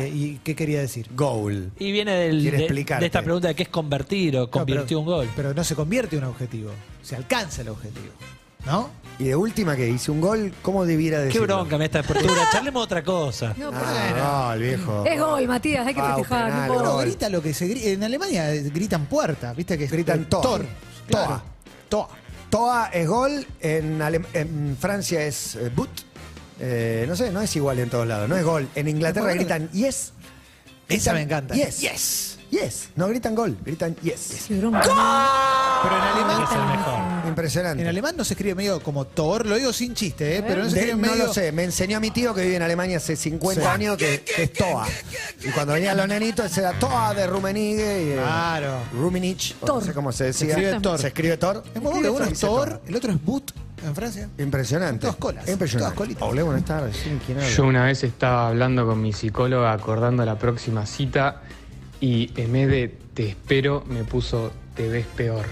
S3: Y, y qué quería decir?
S2: Goal.
S5: Y viene del,
S2: Quiere
S5: de,
S2: explicarte.
S5: de esta pregunta de qué es convertir o convirtió
S3: No, pero-
S5: un gol.
S3: Pero no se convierte en un objetivo. Se alcanza el objetivo. ¿No?
S2: Y de última que hice un gol, ¿cómo debiera decir?
S5: Qué bronca me esta apertura. Charlemos otra cosa.
S4: No,
S2: Ah, no, el viejo.
S4: Es gol, Matías, hay que
S2: Pau,
S4: festejar,
S2: penal,
S4: no puedo.
S3: Bueno,
S2: gol.
S3: grita lo que se grita. En Alemania eh, gritan puerta, ¿viste? Que
S2: Gritan
S3: eh,
S2: Tor.
S3: Tor.
S2: Tor.
S3: Claro. Tor.
S2: Toa es gol, en, Alem- en Francia es eh, but. Eh, no sé, no es igual en todos lados, no es gol. En Inglaterra
S3: Bueno,
S2: gritan yes.
S3: Esa
S2: Gritan
S3: me encanta.
S2: Yes. Yes. Yes. No gritan gol, gritan yes.
S4: Qué bronca.
S3: Pero en
S5: Es el
S3: alemán,
S5: mejor.
S2: Impresionante.
S3: en alemán no se escribe medio como Tor, lo digo sin chiste, ¿eh? Pero no se
S2: De-
S3: escribe
S2: no
S3: medio.
S2: lo sé, me enseñó mi tío que vive en Alemania hace 50
S3: Sí.
S2: años que, que es Toa. Y cuando venían los nenitos, era Toa de Rummenigge. Y, eh,
S3: Claro.
S2: Ruminich, o no
S4: Tor.
S2: sé cómo se decía.
S3: Se escribe Tor.
S2: Se escribe Tor.
S3: Es muy bueno, uno es
S2: Dice
S3: Tor, el otro es Boot en Francia.
S2: Impresionante.
S3: Todas colas,
S2: Impresionante.
S3: todas colitas.
S2: Hola, buenas tardes. Sí, ¿quién habla?
S10: Yo una vez estaba hablando con mi psicóloga acordando la próxima cita y en vez de te espero me puso te ves peor.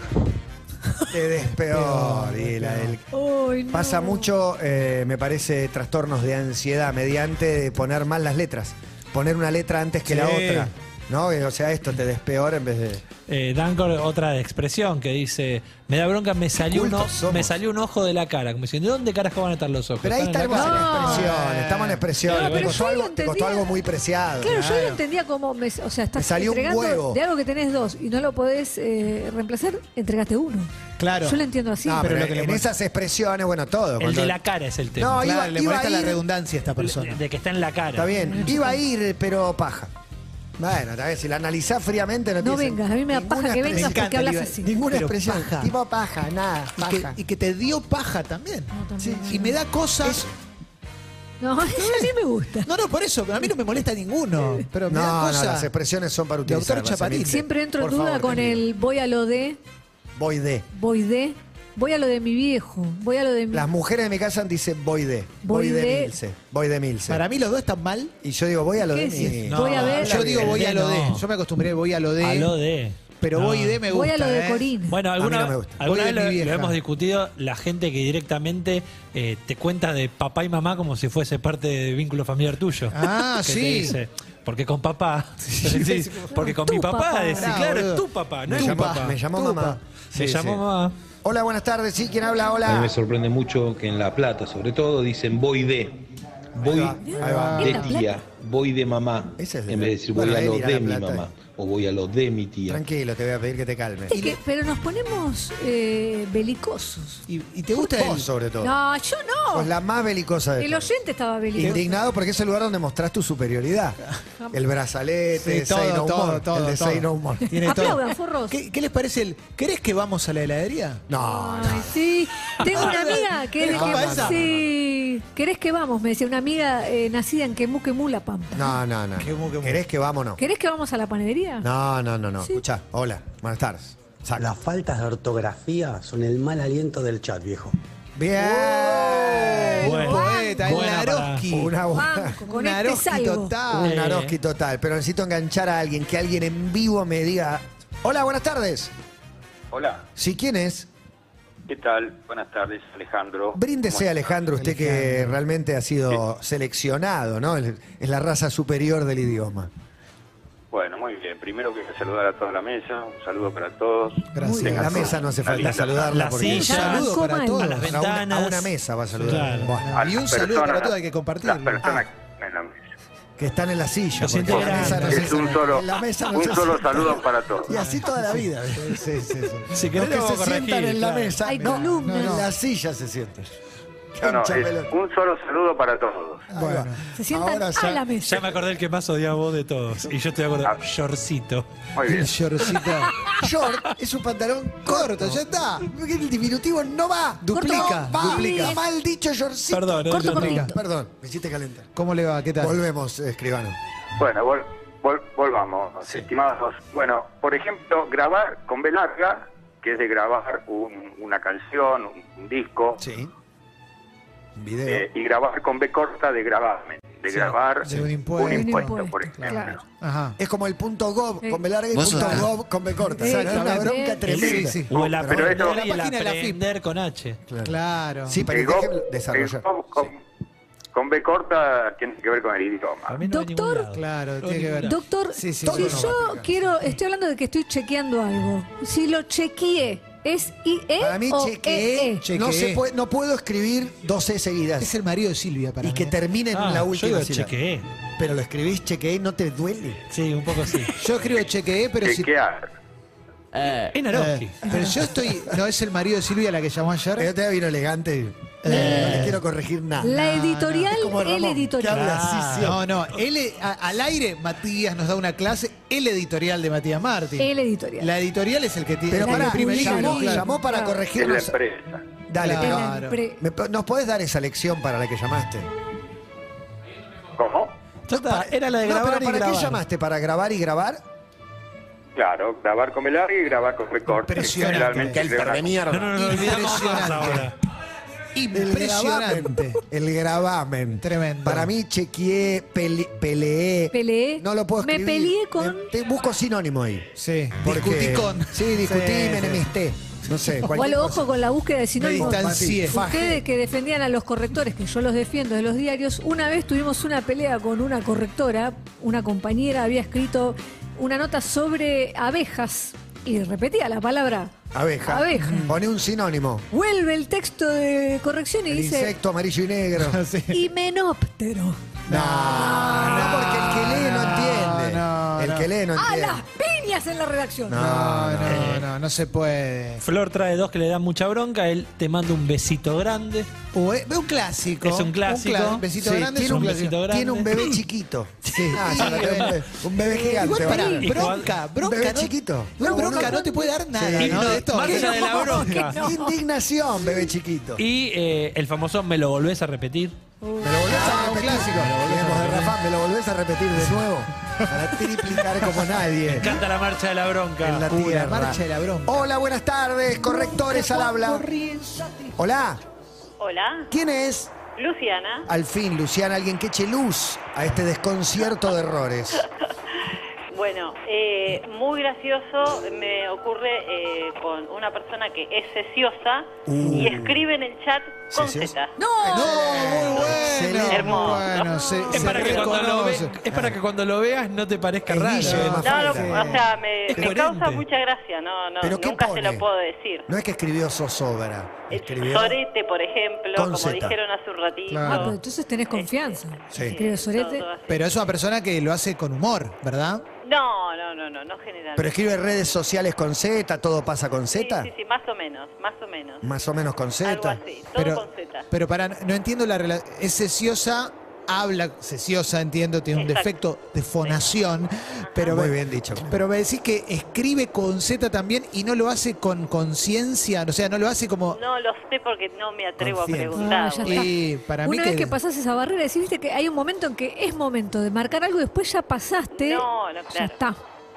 S2: Te des peor. y la del-
S4: Ay, no.
S2: Pasa mucho, eh, me parece, trastornos de ansiedad mediante de poner mal las letras. Poner una letra antes que la
S3: Sí.
S2: otra. ¿No? Eh, O sea, esto te des peor en vez de.
S5: Eh, Dan Cor- otra expresión que dice, me da bronca, me salió, un,
S2: Cultos
S5: o-
S2: somos.
S5: me salió un ojo de la cara. Como diciendo, ¿de dónde carajo van a estar los ojos?
S2: Pero ahí
S5: ¿Están
S2: está el
S5: en la cara?
S4: cara.
S2: expresión,
S3: No.
S2: estamos en expresión.
S4: No,
S2: te,
S4: pero
S2: costó
S4: yo lo
S2: algo, te costó
S4: entendía.
S2: algo muy preciado.
S4: Claro, yo lo
S2: claro.
S4: entendía como. me- o sea, estás
S2: Me salió un
S4: entregando
S2: huevo.
S4: de algo que tenés dos y no lo podés eh, reemplazar, entregaste uno.
S3: Claro.
S4: Yo lo entiendo así.
S2: No, pero,
S3: lo que le
S2: en
S3: molesta-
S2: esas expresiones, bueno, todo.
S5: El
S2: cuando-
S5: de la cara es el
S2: No,
S5: tema.
S2: iba-
S3: Claro, le
S2: iba
S3: molesta
S2: a
S3: la
S2: ir-
S3: redundancia a esta persona.
S5: de, de que está en la cara.
S2: Está bien, iba a ir, pero paja. Bueno, está bien, si la analizás fríamente no
S4: No
S2: tiene
S4: vengas, a mí me da
S2: ninguna
S4: paja que
S2: expresión.
S4: vengas
S3: encanta,
S4: porque hablas
S3: Liber-
S4: así.
S2: Ninguna
S3: Pero
S2: expresión.
S3: paja.
S2: Tipo paja, nada,
S3: Y
S2: paja.
S3: que, y que te dio paja también.
S4: No, también.
S3: Y me da cosas.
S4: No, a mí me gusta.
S3: No, no, por eso. A mí no me molesta ninguno. Pero me da
S2: No, no,
S3: cosas.
S2: las expresiones son para
S3: Doctor
S2: utilizar.
S3: Chapatín.
S4: Siempre entro en
S2: Por
S4: duda
S2: favor,
S4: con
S2: te
S4: el voy a lo de,
S2: Voy de.
S4: voy de, voy a lo de mi viejo, voy a lo de mi.
S2: Las mujeres de mi casa dicen voy de. Voy,
S4: Voy
S2: de,
S4: de-
S2: Milce. Voy de Milce.
S3: Para mí los dos están mal.
S2: y yo digo, voy a lo
S4: ¿Qué
S2: de
S4: decís?
S2: Milce.
S5: No,
S4: voy a ver.
S3: Yo digo
S5: el
S3: voy
S5: de
S3: a lo de.
S5: no.
S3: Yo me acostumbré, voy a lo de.
S5: A lo de.
S3: Pero
S5: No.
S3: voy de me gusta.
S4: voy a lo de
S3: ¿eh?
S4: Corina.
S5: Bueno, alguna,
S2: no me gusta.
S5: alguna
S3: Voy de
S5: vez lo,
S3: mi vieja.
S5: lo hemos discutido, la gente que directamente eh, te cuenta de papá y mamá como si fuese parte de vínculo familiar tuyo.
S3: Ah,
S5: Que te
S3: sí.
S5: dice, porque con papá. Sí, porque con
S4: Tu
S5: mi papá,
S4: papá.
S5: decís,
S3: Ah,
S5: claro,
S3: boludo.
S5: es tu papá, no
S2: Me
S5: es mi
S2: llamó-
S5: papá.
S2: me llamó
S3: Tupa.
S2: mamá.
S5: Me
S2: Sí,
S5: llamó
S2: sí.
S5: mamá.
S2: Hola, buenas tardes. Sí, ¿quién habla?
S7: A mí
S2: Hola.
S7: me sorprende mucho que en La Plata, sobre todo, dicen voy de. Voy
S2: va, ahí va.
S7: de
S4: ¿En La Plata?
S7: tía, voy de mamá.
S2: Ese es de-
S7: en vez de decir voy
S2: Bueno,
S7: a
S2: él
S7: lo
S2: irá a
S7: de
S2: La
S7: mi
S2: Plata.
S7: mamá o voy a lo de mi tía.
S2: Tranquilo, te voy a pedir que te calmes.
S4: Es que- pero nos ponemos eh, belicosos.
S3: Y, y te gusta el.
S2: Vos, sobre todo.
S4: No, yo
S2: Sos
S4: no.
S2: la más belicosa de
S4: El
S2: todos.
S4: oyente estaba belicoso.
S2: Indignado porque es el lugar donde mostrás tu superioridad. El brazalete,
S3: Sí,
S2: el Say No
S3: todo, todo,
S2: More,
S3: todo,
S2: el de
S3: todo.
S2: Say No More.
S3: Tiene todo.
S4: Aplaudan, forros.
S3: ¿Qué, qué les parece el. ¿Querés que vamos a la heladería?
S2: No, no.
S4: Ay, sí. Tengo una amiga que
S3: Pero
S4: que-
S3: ¿cómo esa?
S4: sí. ¿Querés que vamos? Me decía una amiga eh, nacida en Quemú, Quemú, La Pampa.
S2: No, no, no.
S3: Qué mu- qué mu-
S2: ¿Querés que vámonos?
S4: ¿Querés que vamos a la panadería?
S2: No, no, no, no.
S4: Sí.
S2: Escuchá, hola, buenas tardes. Saca.
S8: Las faltas de ortografía son el mal aliento del chat, viejo.
S2: Bien.
S3: El poeta, el
S5: Buena para-
S3: Naroski.
S2: Una buena.
S4: Banco,
S3: Un
S4: con este
S3: Naroski
S4: salgo.
S2: Un
S3: total.
S5: Eh.
S2: Naroski total. Pero necesito enganchar a alguien, que alguien en vivo me diga. Hola, buenas tardes.
S11: Hola,
S2: Si quién es,
S11: ¿qué tal? Buenas tardes, Alejandro.
S2: bríndese Alejandro, usted que realmente ha sido seleccionado, ¿no? El- Es la raza superior del idioma.
S11: Bueno, muy bien. Primero que saludar a toda la mesa. Un saludo para todos.
S2: Gracias.
S11: Tengan
S2: La mesa no hace falta
S11: una linda
S2: saludarla
S5: la
S2: porque
S5: silla,
S3: Saludo
S4: Banco
S3: para
S4: mal.
S3: todos.
S5: a las
S2: a una,
S5: ventanas.
S2: a una mesa va a saludar.
S5: Claro.
S2: Bueno,
S11: tarde.
S3: Y un
S11: Las
S3: saludo
S11: personas-
S3: para todos, hay que compartirlo. Ah.
S11: Las personas en la mesa.
S2: Ah, que están en la silla.
S5: Lo siento
S2: porque en la
S5: grande.
S2: mesa no
S5: Es
S2: se-
S11: un solo-
S2: en la mesa no
S11: un
S2: se-
S11: solo saludo para todos.
S2: Y así toda la vida. Sí, sí, sí.
S5: Si querés
S2: No que
S5: lo
S2: se
S5: corregí,
S2: sientan en la
S5: claro.
S2: mesa.
S4: Hay
S2: no,
S4: columnas.
S2: no, en la silla se sientan.
S11: No, no,
S2: Hincha
S11: es
S2: pelota.
S11: un solo saludo para todos.
S2: Bueno,
S4: Se sientan
S2: ahora
S4: a la mesa.
S5: Ya me acordé el que más odiaba vos de todos. Y yo estoy
S2: Ah.
S5: acordado. Yorcito.
S11: Muy bien.
S3: El shortcito.
S2: Short es un pantalón corto, ya está. El diminutivo no va.
S3: Duplica,
S2: No va.
S3: duplica.
S2: Mal dicho, shortcito.
S5: Perdón, eh,
S4: Corto,
S5: yo no-
S4: cortito.
S2: Perdón, me hiciste calentar.
S3: ¿Cómo le va? ¿Qué tal?
S2: Volvemos, escribano.
S11: Bueno, vol- vol- volvamos, estimados. Bueno, por ejemplo, grabar con B larga, que es de grabar un- una canción, un, un disco,
S2: Sí. Un video.
S11: eh, y grabar con B corta de grabarme, de
S2: Sí,
S11: grabar
S3: de un impuesto.
S11: un impuesto, por
S4: Un impuesto,
S11: ejemplo.
S4: claro.
S3: Ajá.
S2: Es como el punto gov
S4: Eh.
S2: con B larga y
S12: Vos
S2: punto
S12: sos-
S2: gov con B corta.
S4: Eh,
S2: O sea, es una
S4: exactamente.
S2: bronca tremenda.
S3: Sí, sí.
S5: O el
S11: pero
S5: aprender
S11: eso-
S5: y
S3: La
S5: el
S3: página de la FIP.
S5: aprender con H.
S3: Claro.
S2: Sí, pero
S11: El gov-
S2: déjenme desarrollar.
S11: el gov con, con B corta tiene que ver con el idioma.
S5: Para mí no va a ningún
S4: Doctor.
S5: lado.
S3: Claro,
S5: No,
S3: tiene que ver.
S5: ningún lado.
S4: Doctor,
S3: Sí, sí,
S4: si
S3: todo no
S2: va a
S4: yo
S2: aplicar.
S4: quiero, estoy hablando de que estoy chequeando algo. Si lo chequeé, ¿es
S3: ¿E
S4: IE
S2: Para mí,
S4: o E
S2: chequeé.
S4: EE?
S3: Chequeé.
S2: No, se puede, no puedo escribir 12
S3: e, Es
S2: seguidas
S3: el marido de Silvia para
S2: y que
S3: mí.
S2: termine en
S5: Ah,
S2: la
S5: yo
S2: última
S5: digo
S2: sílaba.
S5: chequeé.
S2: Pero lo escribís chequeé, no te duele.
S5: Sí, un poco sí.
S3: Yo escribo chequeé, pero si.
S11: Chequear.
S5: Es Naroski.
S3: Eh, pero yo estoy. No es el marido de Silvia la que llamó
S2: Pero
S3: ayer.
S2: te vino elegante. Eh, no le quiero corregir nada.
S4: La editorial,
S2: Es como
S4: el
S2: Ramón, que
S4: editorial.
S2: habla así siempre.
S3: No, no. Él, a- al aire, Matías nos da una clase. El editorial de Matías Martín.
S4: Ah. El editorial.
S3: La editorial es el que tiene.
S2: Pero
S3: el
S2: pará,
S3: primer libro,
S2: llamó,
S3: claro.
S2: llamó para
S4: Claro.
S11: Es la
S2: corregirnos.
S11: empresa.
S2: Dale,
S3: Claro.
S2: pero-
S4: El empre-
S2: ¿me po- ¿nos podés dar esa lección para la que llamaste?
S11: ¿Cómo?
S5: Ya está, era la de
S2: No,
S5: grabar
S2: pero ¿para
S5: y grabar.
S2: qué llamaste? ¿Para grabar y grabar?
S11: Claro, grabar con B larga y grabar con B corta. que
S3: Impresionante.
S11: generalmente
S12: Que el
S11: se graba-
S12: de mierda.
S5: No, no, no, olvidamos más
S3: Impresionante.
S5: ahora.
S3: Impresionante.
S2: El gravamen.
S3: Tremendo.
S2: Para mí, chequeé, pele- peleé.
S4: Peleé.
S2: No lo puedo
S4: Me
S2: escribir.
S4: peleé con-
S2: Te busco sinónimo ahí.
S3: Sí.
S2: Porque-
S3: Discutí con.
S2: Sí, discutí, me enemisté. No sé.
S4: Igual
S2: cualquier cosa.
S4: ojo con la búsqueda de
S3: Me
S4: sinónimos.
S3: distancié.
S4: Ustedes que defendían a los correctores, que yo los defiendo de los diarios, una vez tuvimos una pelea con una correctora, una compañera había escrito una nota sobre abejas y repetía la palabra
S2: Abeja.
S4: Abeja.
S2: Poné un sinónimo.
S4: Vuelve el texto de corrección y
S2: El
S4: dice
S2: insecto amarillo y negro. No,
S3: Sí.
S4: himenóptero.
S2: no, porque el que lee no entiende.
S3: no,
S2: el
S3: no.
S2: que lee no
S4: ¡A
S2: entiende.
S4: las piñas en la redacción!
S3: No, eh. no, no, no se puede.
S5: Flor trae dos que le dan mucha bronca. Él te manda un besito grande.
S3: O es es Uh, eh, un clásico.
S5: Es un clásico.
S3: cla- besito
S2: Sí,
S3: grande es
S2: tiene
S3: un
S5: un
S3: clásico.
S5: besito grande.
S2: Tiene un bebé chiquito. Ah, Sí. un bebé
S3: Igual
S2: gigante.
S3: pará,
S2: boludo.
S5: Y
S3: bronca, bronca.
S2: Bebé
S3: no-
S2: chiquito.
S3: igual bronca no te puede dar nada,
S2: Sí.
S3: Eh, ¿no? De esto.
S5: Más allá de la bronca.
S2: Indignación, bebé chiquito.
S5: Y eh, el famoso me lo volvés a repetir.
S2: Me lo volvés a
S3: Ah, un
S2: repetir.
S3: clásico.
S2: Me lo volvés a repetir. Rafa, me lo volvés a repetir de nuevo. Para triplicar como nadie.
S5: Canta la marcha de la bronca.
S2: En la
S3: Uh, la
S2: tierra.
S3: marcha de la bronca.
S2: Hola, buenas tardes. Correctores al habla. Hola.
S13: Hola,
S2: ¿Quién es?
S13: Luciana.
S2: Al fin, Luciana, alguien que eche luz a este desconcierto de errores.
S13: Bueno, eh, muy gracioso me ocurre eh, con una persona que es sesiosa
S2: Uh.
S13: y escribe en el chat con
S2: ¿Sesiosa?
S13: Z.
S4: ¡No!
S3: No, muy bueno.
S2: Excelente.
S13: Hermoso.
S3: muy Bueno, se,
S5: Es
S3: se
S5: para, que cuando lo ve-
S3: reconoce.
S5: es para que cuando lo veas no te parezca
S2: El
S5: raro.
S2: guille de
S13: No, no,
S2: Mafalda.
S13: o sea, me,
S5: Es
S13: me
S5: coherente.
S13: causa mucha gracia, no, no,
S2: ¿Pero qué
S13: nunca se
S2: pone?
S13: lo puedo decir.
S2: No es que escribió zozobra. Escribió.
S13: Sorete, por ejemplo,
S2: con
S13: como
S2: Z.
S13: dijeron hace un ratito.
S4: Ah, pero entonces tenés confianza.
S2: Sí.
S4: Escribe Sorete.
S13: Eh, todo así.
S3: Pero es una persona que lo hace con humor, ¿verdad?
S13: No, no, no, no, no general.
S2: Pero escribe redes sociales con Z, todo pasa con
S13: sí,
S2: Z.
S13: sí, sí, más o menos, más o menos.
S2: Más o menos con
S13: Algo
S2: Z.
S13: así, todo
S3: Pero,
S13: con Z.
S3: pero para, no entiendo la relación. Es sesiosa, habla sesiosa, entiendo, tiene un
S13: Exacto.
S3: defecto de fonación. Pero
S13: Ah,
S2: Muy
S3: me-
S2: bien dicho.
S3: Pero me decís que escribe con Z también y no lo hace con conciencia, o sea, no lo hace como...
S13: No lo sé porque no me atrevo a
S2: Consciente.
S13: preguntar.
S4: Ah, ya está.
S3: Y para mí
S4: Una vez
S3: que...
S4: que pasás esa barrera, decís viste que hay un momento en que es momento de marcar algo, después ya pasaste.
S13: No, no,
S4: Ya
S13: claro.
S4: está.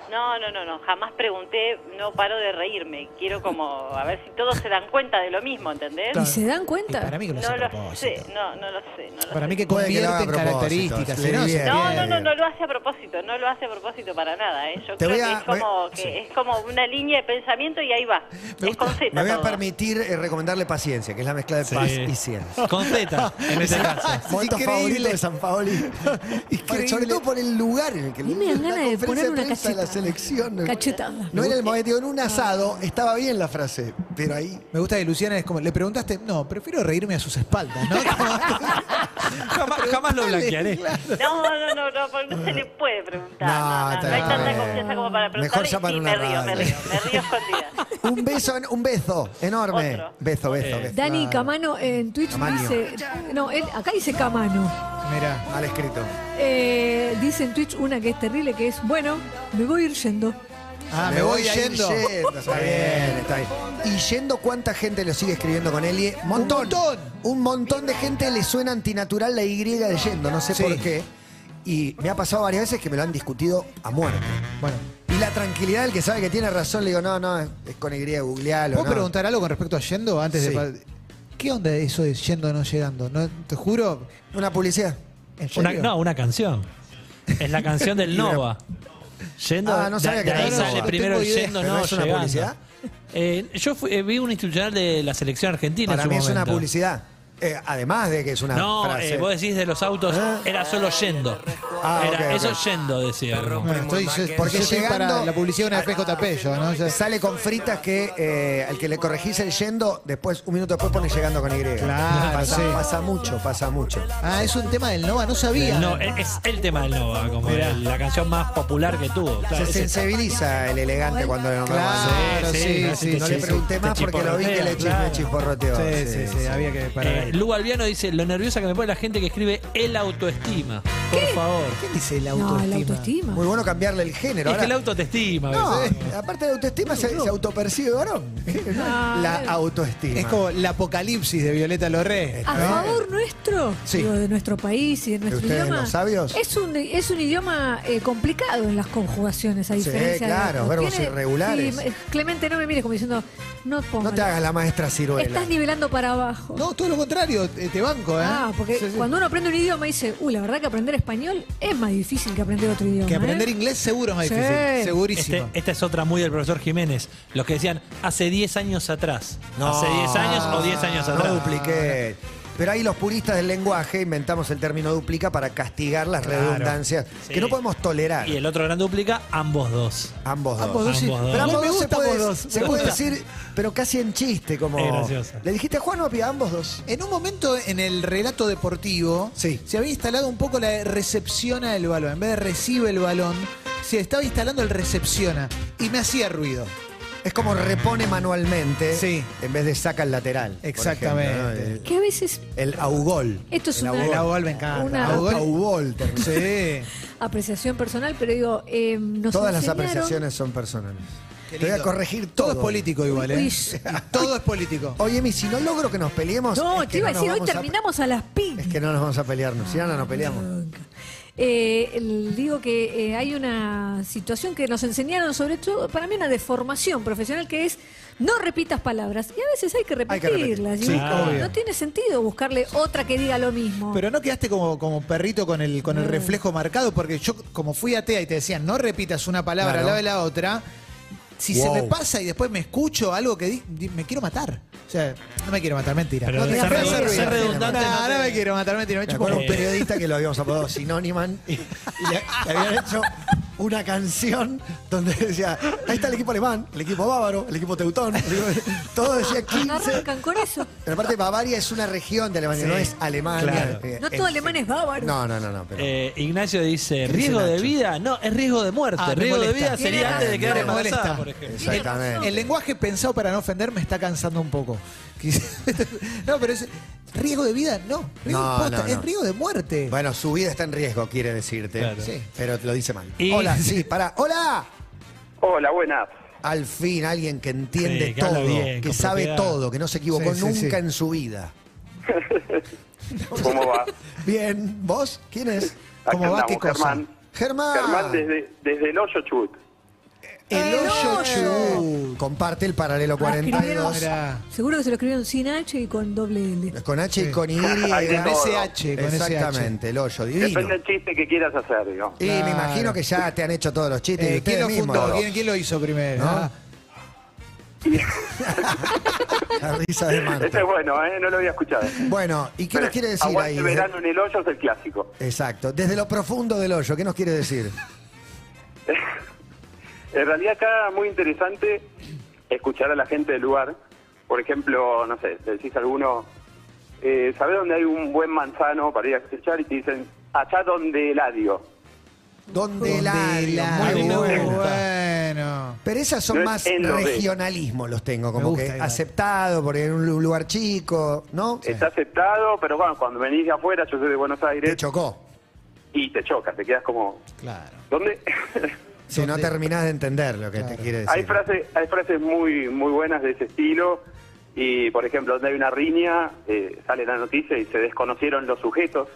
S13: No, no, no, no, jamás pregunté, no paro de reírme. Quiero como, a ver si todos se dan cuenta de lo mismo, ¿entendés?
S4: ¿Y se dan cuenta?
S3: para mí que lo hace
S13: no
S3: a
S13: lo
S3: propósito.
S13: sé, no, no lo sé. No lo
S3: Para
S13: sé.
S3: mí que
S2: Puede que lo haga
S3: convierte en
S2: a propósito,
S3: características.
S2: sí,
S3: ¿eh? No,
S2: bien.
S3: se-
S13: No, no, no, no lo hace a propósito, no lo hace a propósito para nada. ¿eh? Yo
S2: Te voy
S13: creo
S2: a-
S13: que, es como,
S2: me-
S13: que
S2: sí.
S13: es como una línea de pensamiento y ahí va. Es con Z
S2: Me voy a
S13: todo.
S2: permitir eh, recomendarle paciencia, que es la mezcla de
S5: Sí.
S2: paz y ciencia.
S5: Con Z, en este caso.
S2: Momento
S3: increíble.
S2: favorito de San Paoli. Para- Sobre todo por el lugar en el que
S4: A mí me dan
S2: la
S4: ganas de
S2: conferencia
S4: poner una
S2: prensa de la selección.
S4: cachetada. Cachetada.
S2: No era el momento, digo, en un asado estaba bien la frase, pero ahí.
S3: Me gusta que Luciana es como, le preguntaste, no, prefiero reírme a sus espaldas, ¿no?
S5: Jamás, jamás lo blanquearé.
S13: No, no, no, no, porque no se le puede preguntar.
S2: No,
S13: No, no, no,
S2: está
S13: hay tanta
S2: bien.
S13: confianza como para
S2: Mejor
S13: preguntar.
S2: llamar
S13: y
S2: una
S13: me río, me
S2: radio.
S13: río, me río escondida.
S2: Un beso, en- un bezo enorme.
S13: Otro.
S2: Beso, beso,
S5: Eh.
S2: beso.
S4: Dani
S2: Ah,
S4: Camano en Twitch
S2: Camaño.
S4: dice. No, él, acá dice Camano.
S3: Mira,
S2: Mal escrito.
S4: Eh, dice en Twitch una que es terrible, que es, bueno, me voy a ir yendo.
S3: ah, me voy
S2: a ir
S3: yendo.
S2: Está bien, está bien. Y yendo, ¿cuánta gente lo sigue escribiendo con Elie? Montón.
S3: Un montón.
S2: Un montón de gente le suena antinatural la Y de yendo, no sé
S3: Sí.
S2: por qué. Y me ha pasado varias veces que me lo han discutido a muerte.
S3: Bueno,
S2: Y la tranquilidad del que sabe que tiene razón, le digo, no, no, es es con Y, googlealo.
S3: ¿puedo
S2: no.
S3: preguntar algo con respecto a yendo antes
S2: Sí.
S3: de... pa- ¿Qué onda eso de yendo o no llegando? No, te juro,
S2: Una publicidad.
S3: en serio.
S5: Una- no, una canción. Es la canción del Nova. Yendo,
S2: Ah, no
S5: de-
S2: sabía
S5: de
S2: que
S5: ahí
S2: era
S3: eso.
S5: sale
S3: No
S5: primero
S3: tengo
S5: el
S3: idea.
S5: yendo,
S2: ¿Pero
S5: no
S2: es una
S5: llegando.
S2: publicidad?
S5: Eh, yo fui- eh, vi un institucional de la selección argentina
S2: Para
S5: en su
S2: mí es una
S5: momento.
S2: publicidad. Eh, además de que es una
S5: No,
S2: frase.
S5: eh, vos decís de los autos, era solo yendo.
S2: Ah,
S5: Era-
S2: ok, ok.
S5: eso yendo, decía. como.
S3: Bueno, estoy, yo-
S2: Porque
S3: yo estoy
S2: llegando-
S3: para la publicidad
S2: Ah,
S3: de una PJP, yo, ¿no? Ya-
S2: Sale con fritas que eh, al que le corregís el yendo, después, un minuto después pone llegando con Y.
S3: Claro,
S2: pasa,
S3: sí.
S2: pasa mucho, pasa mucho.
S3: Ah, es un tema del Nova, no sabía.
S5: No, es, es el tema del Nova, como era la canción más popular que tuvo. Claro,
S2: Se
S5: ese-
S2: sensibiliza el elegante cuando le nombramos. Ah,
S3: Claro,
S5: Sí,
S3: sí, este
S5: sí,
S3: sí.
S5: sí,
S2: No
S5: sí,
S2: le pregunté
S5: sí,
S2: más
S5: te
S2: porque lo vi que le chi-
S5: chisporrotea,
S2: me chisporroteó.
S3: Sí, sí, sí, había que parar
S5: Eh,
S3: ahí.
S5: Lu Albiano dice, lo nerviosa que me pone la gente que escribe el autoestima. Por favor.
S3: ¿Quién dice el
S4: No,
S3: autoestima?
S4: la autoestima.
S2: Muy bueno cambiarle el género.
S5: Es que el
S2: Ahora,
S5: autoestima.
S2: no,
S5: ¿ves?
S2: aparte de autoestima, se, se autopercibe varón. La autoestima.
S3: Es como el apocalipsis de Violeta Lorré.
S4: A
S3: ¿no?
S4: favor nuestro,
S2: Sí.
S4: digo, de nuestro país y de nuestro
S2: ustedes,
S4: idioma.
S2: los sabios?
S4: Es un, es un idioma eh, complicado en las conjugaciones, a
S2: Sí,
S4: diferencia de
S2: claro,
S4: otros.
S2: verbos
S4: Tiene-
S2: irregulares.
S4: sí, eh, Clemente, no me mires como diciendo, no pongas.
S2: No te hagas la ¿eh? maestra ciruela.
S4: Estás nivelando para abajo.
S3: No, todo lo contrario, te te banco, ¿eh?
S4: Ah, porque
S3: Sí, sí.
S4: cuando uno aprende un idioma dice, uh, la verdad que aprender español es más difícil que aprender otro idioma.
S3: Que
S4: ¿eh?".
S3: aprender inglés seguro es más
S4: Sí.
S3: difícil,
S5: Este-
S3: segurísimo.
S5: esta es otra muy del profesor Jiménez. Los que decían hace 10 años atrás. hace 10 años o 10 años atrás.
S2: No Ah, dupliqué. Pero ahí los puristas del lenguaje inventamos el término duplica para castigar las
S5: Claro.
S2: redundancias
S5: Sí.
S2: que no podemos tolerar.
S5: Y el otro gran duplica, ambos dos.
S2: Ambos dos.
S3: Ambos dos, sí.
S5: Ambos dos.
S2: Pero ambos
S3: Igual me
S2: dos se
S3: gusta
S2: puede,
S3: ambos dos,
S2: se
S3: me
S2: puede
S3: gusta.
S2: decir, pero casi en chiste, como.
S5: Es graciosa.
S2: Le dijiste a Juan Opi a ambos dos.
S3: En un momento en el relato deportivo
S2: Sí.
S3: se había instalado un poco la de recepciona el balón. En vez de recibe el balón, se estaba instalando el recepciona. Y me hacía ruido.
S2: Es como repone manualmente
S3: Sí.
S2: en vez de saca el lateral. por
S3: Exactamente.
S2: ejemplo, ¿no? Eh,
S4: Que a veces
S2: El, el augol.
S4: Esto es
S2: el
S4: una-
S2: augol.
S3: El Augol me encanta.
S4: Una-
S3: Augol-
S2: Augol.
S3: Sí.
S4: apreciación personal, pero digo, eh, nos
S2: Todas las
S4: enseñaron-
S2: apreciaciones son personales.
S3: Qué
S2: Te voy a
S3: lindo.
S2: corregir
S3: Todo
S2: todo.
S3: es político igual, ¿eh?
S4: Uy.
S3: Todo es político.
S2: Oye, Emi, si no logro que nos peleemos.
S4: No,
S2: es que
S4: te iba a
S2: nos
S4: decir, hoy
S2: vamos
S4: terminamos a, las piñas.
S2: Es que no nos vamos a pelearnos. Si no, no nos peleamos.
S4: Eh, el- digo que eh, hay una situación que nos enseñaron, sobre todo para mí, una deformación profesional que es no repitas palabras. Y a veces hay que
S2: Hay que repetir.
S4: repetirlas.
S3: Sí,
S4: digo,
S3: obvio.
S4: no tiene sentido buscarle otra que diga lo mismo.
S3: Pero no quedaste como, como perrito con el, con el reflejo marcado, porque yo, como fui atea y te decían, no repitas una palabra
S2: Claro.
S3: al lado de la otra, si
S2: Wow.
S3: se me pasa y después me escucho algo que di- di- me quiero matar. O sea, no me quiero matar, mentira.
S5: Pero
S3: no,
S5: ser
S3: me hace
S5: redundante-
S3: ruido.
S5: ser redundante
S3: No,
S5: no te-
S3: no me quiero matar, mentira. Me
S2: Me
S3: chupo
S2: acuerdo
S3: un
S2: un
S5: Eh.
S2: periodista que lo habíamos apodado Sinóniman y, y le, le habían hecho una canción donde decía, ahí está el equipo alemán, el equipo bávaro, el equipo teutón, el equipo- todo decía 15.
S4: Arrancan con eso.
S2: Pero aparte Bavaria es una región de Alemania,
S5: Sí,
S2: no es Alemania.
S5: claro.
S2: Eh,
S4: No
S2: eh,
S4: todo alemán es bávaro.
S2: No, no, no, no. Pero,
S5: Eh, Ignacio dice,
S2: dice
S5: ¿riesgo de
S2: Nacho?
S5: vida? No, es riesgo de muerte.
S3: Ah, me
S5: riesgo de
S3: molesta.
S5: vida
S4: Tiene
S5: sería antes de
S4: razón.
S5: quedar
S4: Me
S5: embarazada,
S3: molesta.
S5: por ejemplo.
S2: exactamente.
S3: El lenguaje pensado para no ofender me está cansando un poco. Quis- no, pero es riesgo de vida, no. Riesgo
S2: No,
S3: posta,
S2: no, no.
S3: Es riesgo de muerte.
S2: Bueno, su vida está en riesgo, quiere decirte.
S5: Claro.
S2: Sí. Pero lo dice mal.
S5: Y-
S2: Hola, sí, para. ¡Hola!
S11: Hola, buenas.
S2: Al fin, alguien que entiende
S5: Sí, que habla
S2: todo,
S5: bien,
S2: que
S5: con
S2: sabe
S5: propiedad.
S2: todo, que no se equivocó
S3: Sí, sí,
S2: nunca
S3: sí.
S2: en su vida.
S11: ¿Cómo va?
S2: Bien, ¿vos? ¿Quién es?
S11: Acá
S3: ¿Cómo va? ¿Qué
S11: andamos,
S3: cosa?
S11: Germán.
S2: Germán.
S11: Germán desde, desde el hoyo Chubut.
S2: El hoyo Chubut. Comparte el paralelo
S4: Ah, escribieron-
S2: 42.
S4: Seguro que se lo escribieron sin H y con doble L.
S2: Con H y con Y.
S11: Hay de
S2: con
S11: todo.
S2: SH, con Exactamente, el hoyo divino.
S11: Depende del chiste que quieras hacer, digo.
S2: Y me imagino que ya te han hecho todos los chistes.
S3: Eh,
S2: y ustedes
S3: ¿Quién lo
S2: mismos.
S3: fundó? ¿Quién, quién lo hizo primero?
S2: ¿No?
S3: Ah,
S2: La risa de Marta.
S11: Este es bueno, ¿eh? No lo había escuchado.
S2: Bueno, ¿y qué
S11: Pero
S2: nos quiere decir
S11: aguante
S2: ahí?
S11: verano en el hoyo es el clásico.
S2: Exacto. Desde lo profundo del hoyo, ¿qué nos quiere decir?
S11: En realidad acá muy interesante escuchar a la gente del lugar. Por ejemplo, no sé, le decís a alguno, eh, ¿sabés dónde hay un buen manzano para ir a cosechar? Y te dicen, allá donde el adio.
S2: ¿Dónde la
S3: muy bueno.
S2: Pero esas son
S11: No es
S2: más
S11: en lo de.
S2: regionalismo, los tengo, como
S3: gusta,
S2: que
S3: igual.
S2: aceptado porque en un lugar chico, ¿no?
S11: Está aceptado, pero bueno, cuando venís de afuera, yo soy de Buenos Aires,
S2: Te chocó.
S11: y te choca, te quedas como,
S3: Claro.
S11: ¿dónde?
S2: Si no terminás de entender lo que te quiere decir.
S11: Hay frases, hay frases muy, muy buenas de ese estilo. Y, por ejemplo, donde hay una riña, eh, sale la noticia y se desconocieron los sujetos.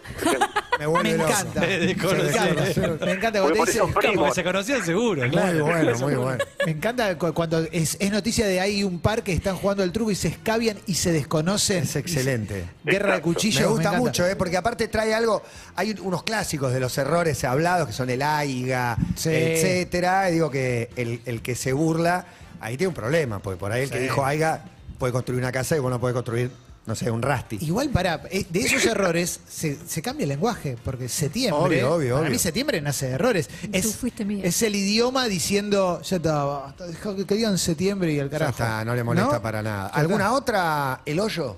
S2: Me vuelve
S3: Me
S2: loco.
S3: encanta.
S5: Se desconocieron.
S3: Me encanta. Me encanta cuando
S11: Por
S3: te
S11: eso
S3: dicen-
S5: Claro,
S11: primos.
S5: porque se conocían seguro,
S2: Muy
S5: claro.
S2: bueno, muy bueno.
S3: Me encanta cu- cuando es, es noticia de ahí un par que están jugando al truco y se escabian y se desconocen.
S2: Es excelente.
S3: Guerra de
S11: Exacto.
S3: cuchillos.
S2: Me gusta
S3: encanta.
S2: mucho, ¿eh? porque aparte trae algo. Hay unos clásicos de los errores hablados que son el AIGA,
S3: Sí.
S2: etcétera. Y digo que el, el que se burla, ahí tiene un problema, porque por ahí el que
S3: Sí.
S2: dijo AIGA puede construir una casa y vos no podés construir, no sé, un rasti.
S3: Igual para de esos errores se, se cambia el lenguaje, porque septiembre.
S2: Obvio, obvía,
S3: para mí
S2: obvía.
S3: septiembre nace de errores. Es,
S4: fuiste mía.
S3: es el idioma diciendo, ya está, dejá que- que digan septiembre y al
S2: Ya
S3: carajo.
S2: está, no le molesta para nada. ¿Alguna otra? ¿El hoyo?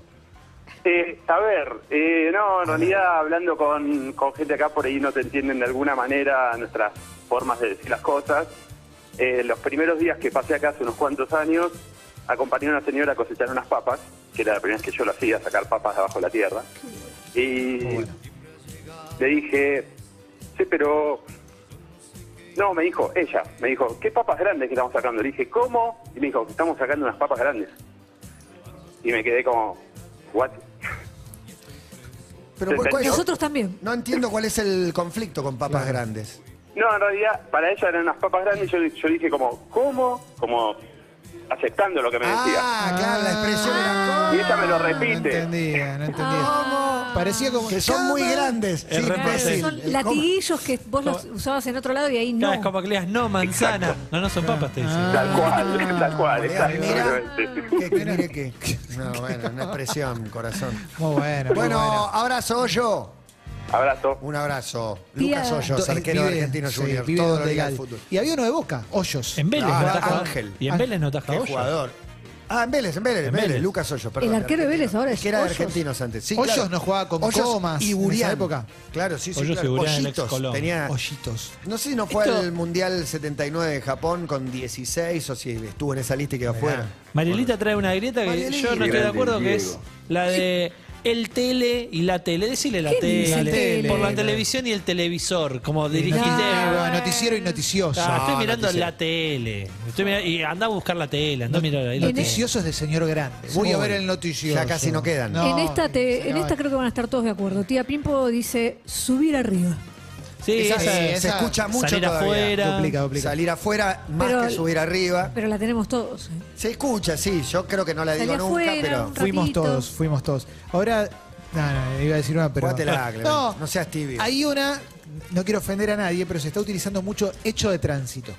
S11: Eh, a ver, eh, no, en realidad hablando con, con gente acá por ahí no te entienden de alguna manera nuestras formas de decir las cosas. Eh, los primeros días que pasé acá hace unos cuantos años, acompañé a una señora a cosechar unas papas, que era la primera vez que yo lo hacía, sacar papas de abajo de la tierra. Y le dije, sí, pero... No, me dijo, ella, me dijo, ¿qué papas grandes que estamos sacando? Le dije, ¿cómo? Y me dijo, estamos sacando unas papas grandes. Y me quedé como, ¿what?
S2: Pero ¿por cuál es-
S4: Nosotros también.
S2: No entiendo cuál es el conflicto con papas grandes.
S11: No, en realidad, para ella eran unas papas grandes y yo, yo dije como, ¿cómo? Como aceptando lo que me decía. Ah.
S2: Ah, claro, la expresión era
S11: Y ella me lo
S3: No
S11: repite.
S3: entendía, no entendía.
S4: Ah.
S3: Parecía como.
S2: como- que son muy grandes.
S5: Es re
S4: Claro,
S5: fácil.
S4: son
S2: el-
S4: latiguillos que vos los usabas en otro lado y ahí
S5: Claro,
S4: no.
S5: es como que le digas no manzana. No, no son papas, te dicen.
S11: Tal cual, tal cual,
S2: Mira,
S11: exactamente.
S2: ¿Qué, qué, mire qué? No, bueno, una expresión, corazón.
S3: Muy bueno. muy
S2: Bueno, abrazo Hoyo.
S11: Abrazo.
S2: Un abrazo.
S4: Tía.
S2: Lucas Hoyos,
S3: Do-
S2: arquero de
S3: vive-
S2: Argentino
S3: sí,
S2: Junior.
S3: vive
S2: Todo
S3: donde
S2: lo liga
S3: gal.
S2: al fútbol.
S3: Y había uno de Boca, Hoyos.
S5: En Vélez
S2: Claro,
S5: no taja.
S2: Ángel.
S5: Y en Vélez no taja
S2: Qué
S5: Hoyos.
S2: jugador. Ah, en Vélez, en Vélez, en
S5: En
S2: Vélez.
S5: Vélez.
S2: Lucas Hoyos, perdón.
S4: El arquero de Vélez ahora es
S2: Que era de
S4: Hoyos.
S2: argentinos antes. Sí,
S3: Hoyos
S2: claro.
S3: no jugaba con
S2: Hoyos
S3: Comas
S2: y
S3: en esa
S2: Burián.
S3: época.
S2: Claro, sí, sí,
S5: Hoyos y
S2: claro.
S5: Burián, el ex
S2: Hoyitos.
S5: Colón.
S3: Ah.
S2: Tenía,
S3: Hoyitos.
S2: No sé si no fue
S5: Esto-
S2: al Mundial 79 en Japón con 16 o si estuvo en esa lista y quedó afuera.
S5: Marielita trae una grieta que
S2: Marielita.
S5: yo no estoy de
S6: Grande,
S5: acuerdo, que es
S6: Diego.
S5: la de el tele y la tele. Decirle la
S4: ¿Qué
S5: tele.
S4: dice tele?
S5: Por la televisión y el televisor, como dirigiste.
S3: Noticiero, noticiero y noticioso.
S5: Ah, estoy
S2: no,
S5: mirando
S2: noticiero.
S5: la tele. Estoy mirando- y anda a buscar la tele, anda a mirar ahí la tele.
S3: Noticiosos de señor grande. Voy a
S2: Uy,
S3: ver el noticioso.
S2: ya casi no quedan.
S3: No,
S4: en esta
S3: se
S4: te, en
S3: acaba.
S4: esta creo que van a estar todos de acuerdo. Tía Pimpo dice subir arriba.
S5: Sí,
S3: Esa-
S5: esa-
S3: eh,
S2: Se
S3: esa-
S2: escucha mucho
S5: salir
S2: todavía.
S5: afuera.
S3: Duplica, duplica.
S2: Salir afuera más
S4: Pero-
S2: que subir arriba.
S4: Pero la tenemos todos. ¿eh?
S2: Se escucha, sí. Yo creo que no la
S4: Salí
S2: digo nunca,
S4: afuera,
S2: pero...
S4: un
S3: Fuimos
S4: Ratito.
S3: todos, fuimos todos. Ahora, no, no, iba a decir una, pero.
S2: Jugátela, Clemente. No seas tibio.
S3: Hay una, no quiero ofender a nadie, pero se está utilizando mucho hecho de tránsito.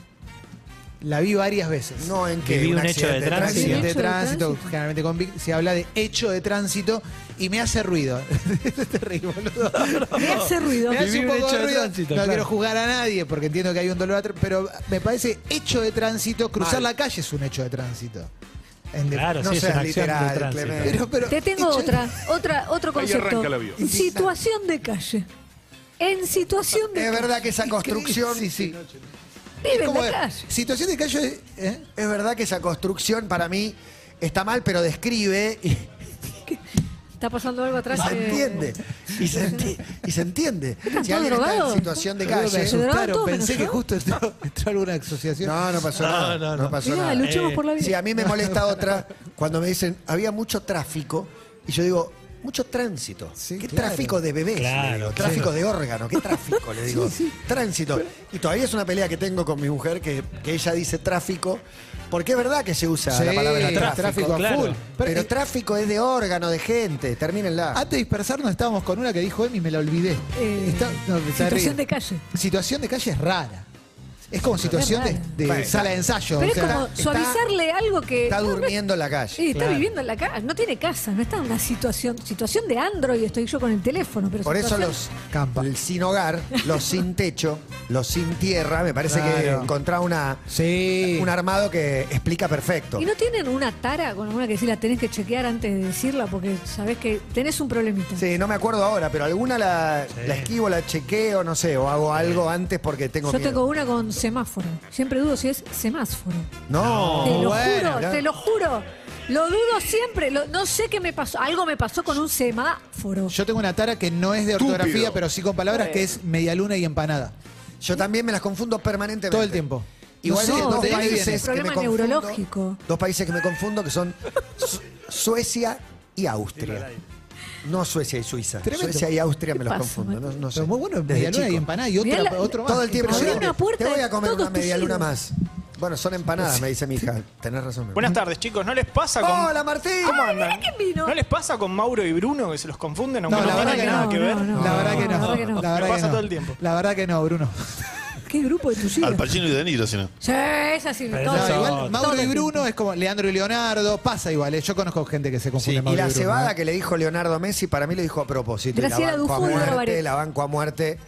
S3: La vi varias veces.
S2: No, ¿en qué?
S5: Viví un hecho
S2: accidente
S5: de
S3: Accidente
S5: tránsito.
S3: de
S4: ¿Hecho de
S3: tránsito,
S4: tránsito?
S3: generalmente con Vic, se habla de hecho de tránsito y me hace ruido. es terrible, boludo.
S4: Me hace ruido.
S3: Me hace
S5: Viví
S3: un
S5: un
S3: poco
S5: hecho
S3: de
S5: de
S3: ruido.
S5: tránsito,
S3: no
S5: claro.
S3: quiero juzgar a nadie porque entiendo que hay un dolor, atr- pero me parece hecho de tránsito. Cruzar
S2: Mal.
S3: la calle es un hecho de tránsito. En de-
S5: Claro,
S2: No
S5: sí, es
S2: seas
S5: una acción de
S2: literal,
S5: tránsito.
S2: Clemente.
S3: Pero, pero-
S4: Te tengo
S3: hecho-
S4: otra, otra, otro concepto.
S7: arranca el avión.
S4: Situación de calle. En situación de
S2: Es
S4: calle.
S2: verdad que esa construcción...
S3: Sí, sí.
S4: Vive en
S3: Como
S4: la
S3: de-
S4: calle.
S3: Situación de calle. ¿eh?
S2: Es verdad que esa construcción para mí está mal, pero describe y
S4: Está pasando algo atrás.
S2: se
S4: eh,
S2: entiende. Y se, enti- y se entiende. Si
S4: todos
S2: alguien está
S4: drogados?
S2: en situación de
S3: Boludo, me
S2: calle...
S4: asusté.
S3: asustaron.
S4: Todos
S3: Pensé
S4: menos
S3: que
S4: yo.
S3: justo entró, entró alguna asociación.
S2: No, no pasó
S5: No,
S2: nada.
S5: no,
S2: No,
S5: no.
S2: pasó
S4: Mirá,
S2: nada. Eh,
S4: luchemos por la vida.
S2: Sí, a mí me molesta otra cuando me dicen había mucho tráfico y yo digo Mucho tránsito. ¿Qué
S3: claro.
S2: tráfico de bebés? le
S5: Claro,
S2: digo,
S5: sí.
S2: Tráfico de órgano. ¿Qué tráfico? Le digo.
S3: Sí,
S2: Tránsito. Y todavía es una pelea que tengo con mi mujer que, que ella dice tráfico. Porque es verdad que se usa la
S3: Sí,
S2: palabra
S3: tráfico,
S2: tráfico.
S3: a full.
S2: Pero,
S3: Pero-
S2: tráfico es de órgano, de gente. Termínenla.
S3: Antes de dispersarnos estábamos con una que dijo Emi, me la olvidé.
S4: Eh,
S3: Está- no, está
S4: situación
S3: arriba.
S4: de calle.
S3: Situación de calle es rara. Es como situación de, de
S2: Bueno,
S3: sala de ensayo.
S4: Pero
S3: o
S4: es
S3: sea,
S4: como
S3: está-
S4: suavizarle algo que.
S2: Está
S4: no, no es-
S2: durmiendo en la
S4: eh, Sí,
S2: calle.
S4: está viviendo en la calle, no tiene casa, no está en una situación, situación de Android, estoy yo con el teléfono, pero
S2: Por eso
S4: situación-
S2: los el sin hogar, los sin techo, los sin tierra, me parece que
S3: Claro.
S2: encontrar una,
S3: Sí.
S2: un armado que explica perfecto.
S4: ¿Y no tienen una tara con alguna que decir la tenés que chequear antes de decirla? Porque sabés que tenés un problemita.
S2: Sí, no me acuerdo ahora, pero alguna la, la esquivo, la chequeo, no sé, o hago algo antes porque tengo
S4: Yo
S2: miedo.
S4: tengo una con semáforo. Siempre dudo si es semáforo.
S14: Oh,
S2: No,
S4: te lo
S2: bueno,
S4: juro,
S2: mirá.
S4: te lo juro. Lo dudo siempre. lo- no sé qué me pasó. Algo me pasó con un semáforo.
S3: Yo tengo una tara que no es de ortografía,
S2: Estúpido.
S3: pero sí con palabras, que es medialuna y empanada.
S2: Yo también me las confundo permanentemente.
S3: Todo el tiempo.
S2: Igual
S3: No sé
S2: que
S3: de
S2: dos
S3: dónde viene.
S2: países que me
S4: Problema
S2: confundo,
S4: neurológico.
S2: dos países que me confundo que son Su- Suecia y Austria. No Suecia y Suiza.
S3: Tremendo.
S2: Suecia y Austria
S4: ¿Qué
S2: me los
S4: pasa,
S2: confundo. No, no sé.
S3: Pero muy bueno,
S2: Desde
S3: medialuna y
S2: chico.
S3: empanada y
S4: Mirá
S3: otra,
S4: la-
S3: otro más.
S2: Todo el tiempo.
S4: Abrí
S2: yo digo,
S4: una puerta
S2: Te voy a
S4: y
S2: comer
S4: todos
S2: una media
S4: tejidos.
S2: luna más. Bueno, son empanadas, me dice mi hija. Tenés razón. mi amor.
S12: Buenas tardes, chicos. ¿No les pasa con.
S2: Hola Martín.
S12: ¿Cómo andan?
S4: ¿Quién vino?
S12: ¿No les pasa con Mauro y Bruno que se los confunden aunque
S3: No,
S12: no,
S3: la verdad
S12: tengan
S3: que
S12: nada
S3: no,
S12: que ver?
S4: no,
S3: La verdad que no.
S4: la verdad que no.
S3: La verdad
S12: Me pasa
S3: que no.
S12: todo el tiempo.
S3: La verdad que no, Bruno.
S4: ¿Qué grupo de tus hijos?
S14: Al Pacino y De Niro, si no.
S4: Sí, esa sí.
S5: Pero
S4: todo.
S5: no,
S3: No,
S5: no.
S3: igual Mauro
S4: Todo
S3: y
S4: el
S3: Bruno
S4: tiempo.
S3: es como Leandro y Leonardo, pasa igual, eh. yo conozco gente que se confunde
S2: Sí,
S3: Mauro
S2: y la
S3: Bruno,
S2: cebada
S3: eh.
S2: que le dijo Leonardo Messi, para mí lo dijo a propósito. Y
S4: Graciela
S2: la banco
S4: Dufo y
S2: a
S4: Dora
S2: muerte,
S4: Baret.
S2: la banco a muerte.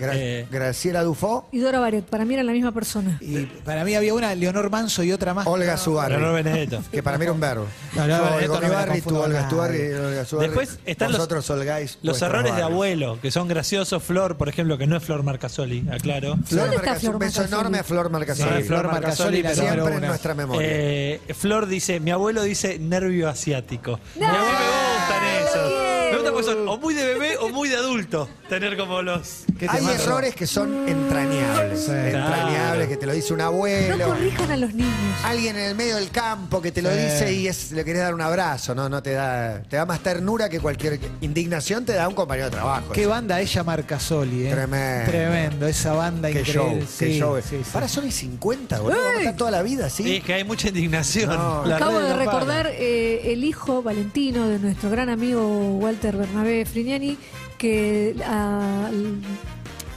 S2: Gra-
S5: Eh.
S2: Graciela Dufo,
S4: Y Dora Baret, para mí eran la misma persona.
S3: Y para mí había una Leonor Manso y otra más.
S2: Olga
S5: Leonor
S2: Subarri,
S5: Benedetto.
S2: que para mí era un verbo.
S3: No, no,
S2: Yo,
S3: Benedetto
S2: Olga
S3: no me la
S2: Subarri,
S3: confundo
S2: tú
S3: con
S2: Olga
S3: nadie.
S2: Subarri, Olga Subarri.
S5: Después están los-
S2: Vosotros holgáis
S5: Los
S2: vuestros
S5: errores de
S2: barrios.
S5: abuelo, que son graciosos, Flor, por ejemplo, que no es Flor Marcasoli, aclaro.
S2: Flor
S4: ¿Dónde está
S2: Marcasoli,
S4: Flor
S2: un beso
S4: Marcasoli?
S2: enorme a Flor
S5: No
S2: Marcasoli.
S5: es Flor Marcasoli, pero-
S2: siempre
S3: número
S2: en
S3: uno.
S2: nuestra memoria.
S5: Eh, Flor dice, mi abuelo dice nervio asiático.
S4: No.
S5: Y a mí me
S4: Ay,
S5: gustan
S4: lo
S5: esos.
S4: quiero.
S5: Me gusta porque son o muy de bebé o muy de adulto tener como los...
S3: ¿Qué
S2: Hay
S3: temazo?
S2: errores que son entrañables. Entrañables, que te lo dice un
S4: No
S2: abuelo.
S4: corrijan a los niños.
S2: Alguien en el medio del campo que te lo
S3: Sí.
S2: dice y es, le querés dar un abrazo, no, no te da, te da más ternura que cualquier indignación te da un compañero de trabajo.
S3: Qué banda ella Marcasoli, eh.
S2: Tremendo.
S3: Tremendo, esa banda
S2: Qué show,
S3: increíble.
S2: qué
S3: Sí,
S2: show.
S3: sí, sí.
S2: Para son y 50, boludo. vamos a estar toda la vida,
S5: Sí,
S2: ¿sí?
S5: es que hay mucha indignación.
S2: No.
S5: La
S4: Acabo
S5: red
S4: de
S5: no
S4: recordar
S5: para.
S4: eh, el hijo Valentino de nuestro gran amigo Walter Bernabé Frignani, que al-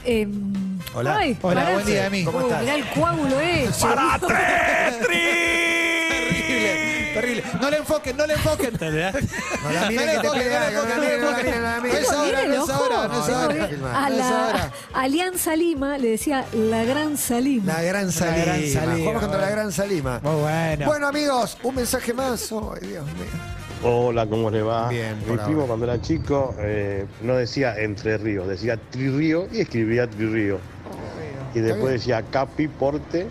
S4: em,
S2: Hola.
S4: ay,
S3: Hola,
S4: pará.
S3: buen día, Emi.
S2: ¿Cómo
S4: Oh,
S2: estás?
S4: mirá el coágulo eh. hecho.
S3: Terrible, terrible. No le enfoquen, no le enfoquen.
S5: ¿Te das?
S2: No la
S3: No
S2: miren
S3: le
S2: que te
S3: enfoquen,
S2: pega,
S3: no le
S2: no la
S3: enfoquen,
S2: miren, no la miren, no la
S3: No
S2: miren.
S3: es ahora, no es
S4: Tengo
S3: ahora, no es
S2: No,
S3: ahora.
S2: no, no, no.
S4: A
S3: No es ahora.
S4: la Alianza Lima le decía la gran Salima.
S2: La gran
S3: La gran
S2: salima.
S3: Salima,
S2: Jugamos contra la
S3: bueno.
S2: gran salima.
S3: Muy bueno.
S2: Bueno, amigos, un mensaje más. Ay, Dios mío.
S15: Hola, Ah, ¿cómo le va?
S2: Bien,
S15: Mi
S2: por
S15: primo
S2: ahora.
S15: cuando era chico eh, no decía Entre Ríos, decía Trirío y escribía Trirío. Y después decía Capiporte,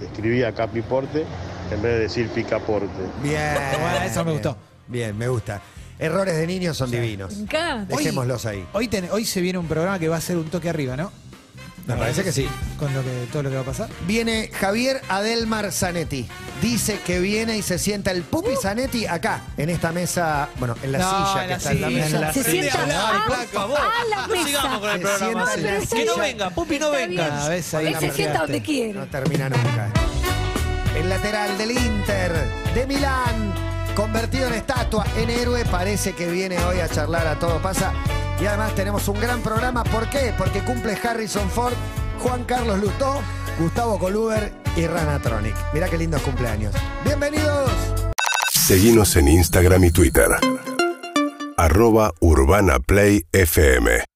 S15: y escribía Capiporte en vez de decir Picaporte.
S2: Bien.
S3: Bueno, eso me
S2: Bien.
S3: gustó.
S2: Bien, me gusta. Errores de niños son divinos.
S4: Me encanta.
S3: Hoy-
S2: Dejémoslos ahí.
S3: Hoy, ten- hoy se viene un programa que va a ser un toque arriba, ¿no?
S2: Me parece que sí.
S3: Con lo que, todo lo que va a pasar.
S2: Viene Javier Adelmar Zanetti. Dice que viene y se sienta el Pupi
S4: Uh.
S2: Zanetti acá, en esta mesa, bueno, en la
S3: No,
S2: silla
S3: en
S2: que
S3: la
S2: está
S3: silla.
S2: en la mesa.
S3: En la
S4: Se
S5: Sí,
S4: sienta
S5: dale,
S4: a-
S5: por favor.
S4: a la
S5: No
S4: mesa.
S5: sigamos con el
S2: Se
S5: programa.
S2: sienta-
S4: Ay, pero está
S5: que no
S4: bien.
S5: venga, Pupi, no
S4: Está
S5: venga.
S4: bien.
S3: Ah, ves, ahí
S4: Él
S3: la
S4: se sienta donde quiere.
S2: No termina nunca. El lateral del Inter de Milán, convertido en estatua, en héroe, parece que viene hoy a charlar a todo pasa. Y además tenemos un gran programa. ¿Por qué? Porque cumple Harrison Ford, Juan Carlos Lutó, Gustavo Coluber y Ranatronic. Mirá qué lindos cumpleaños. ¡Bienvenidos!
S16: Seguinos en Instagram y Twitter. Arroba Urbana Play FM.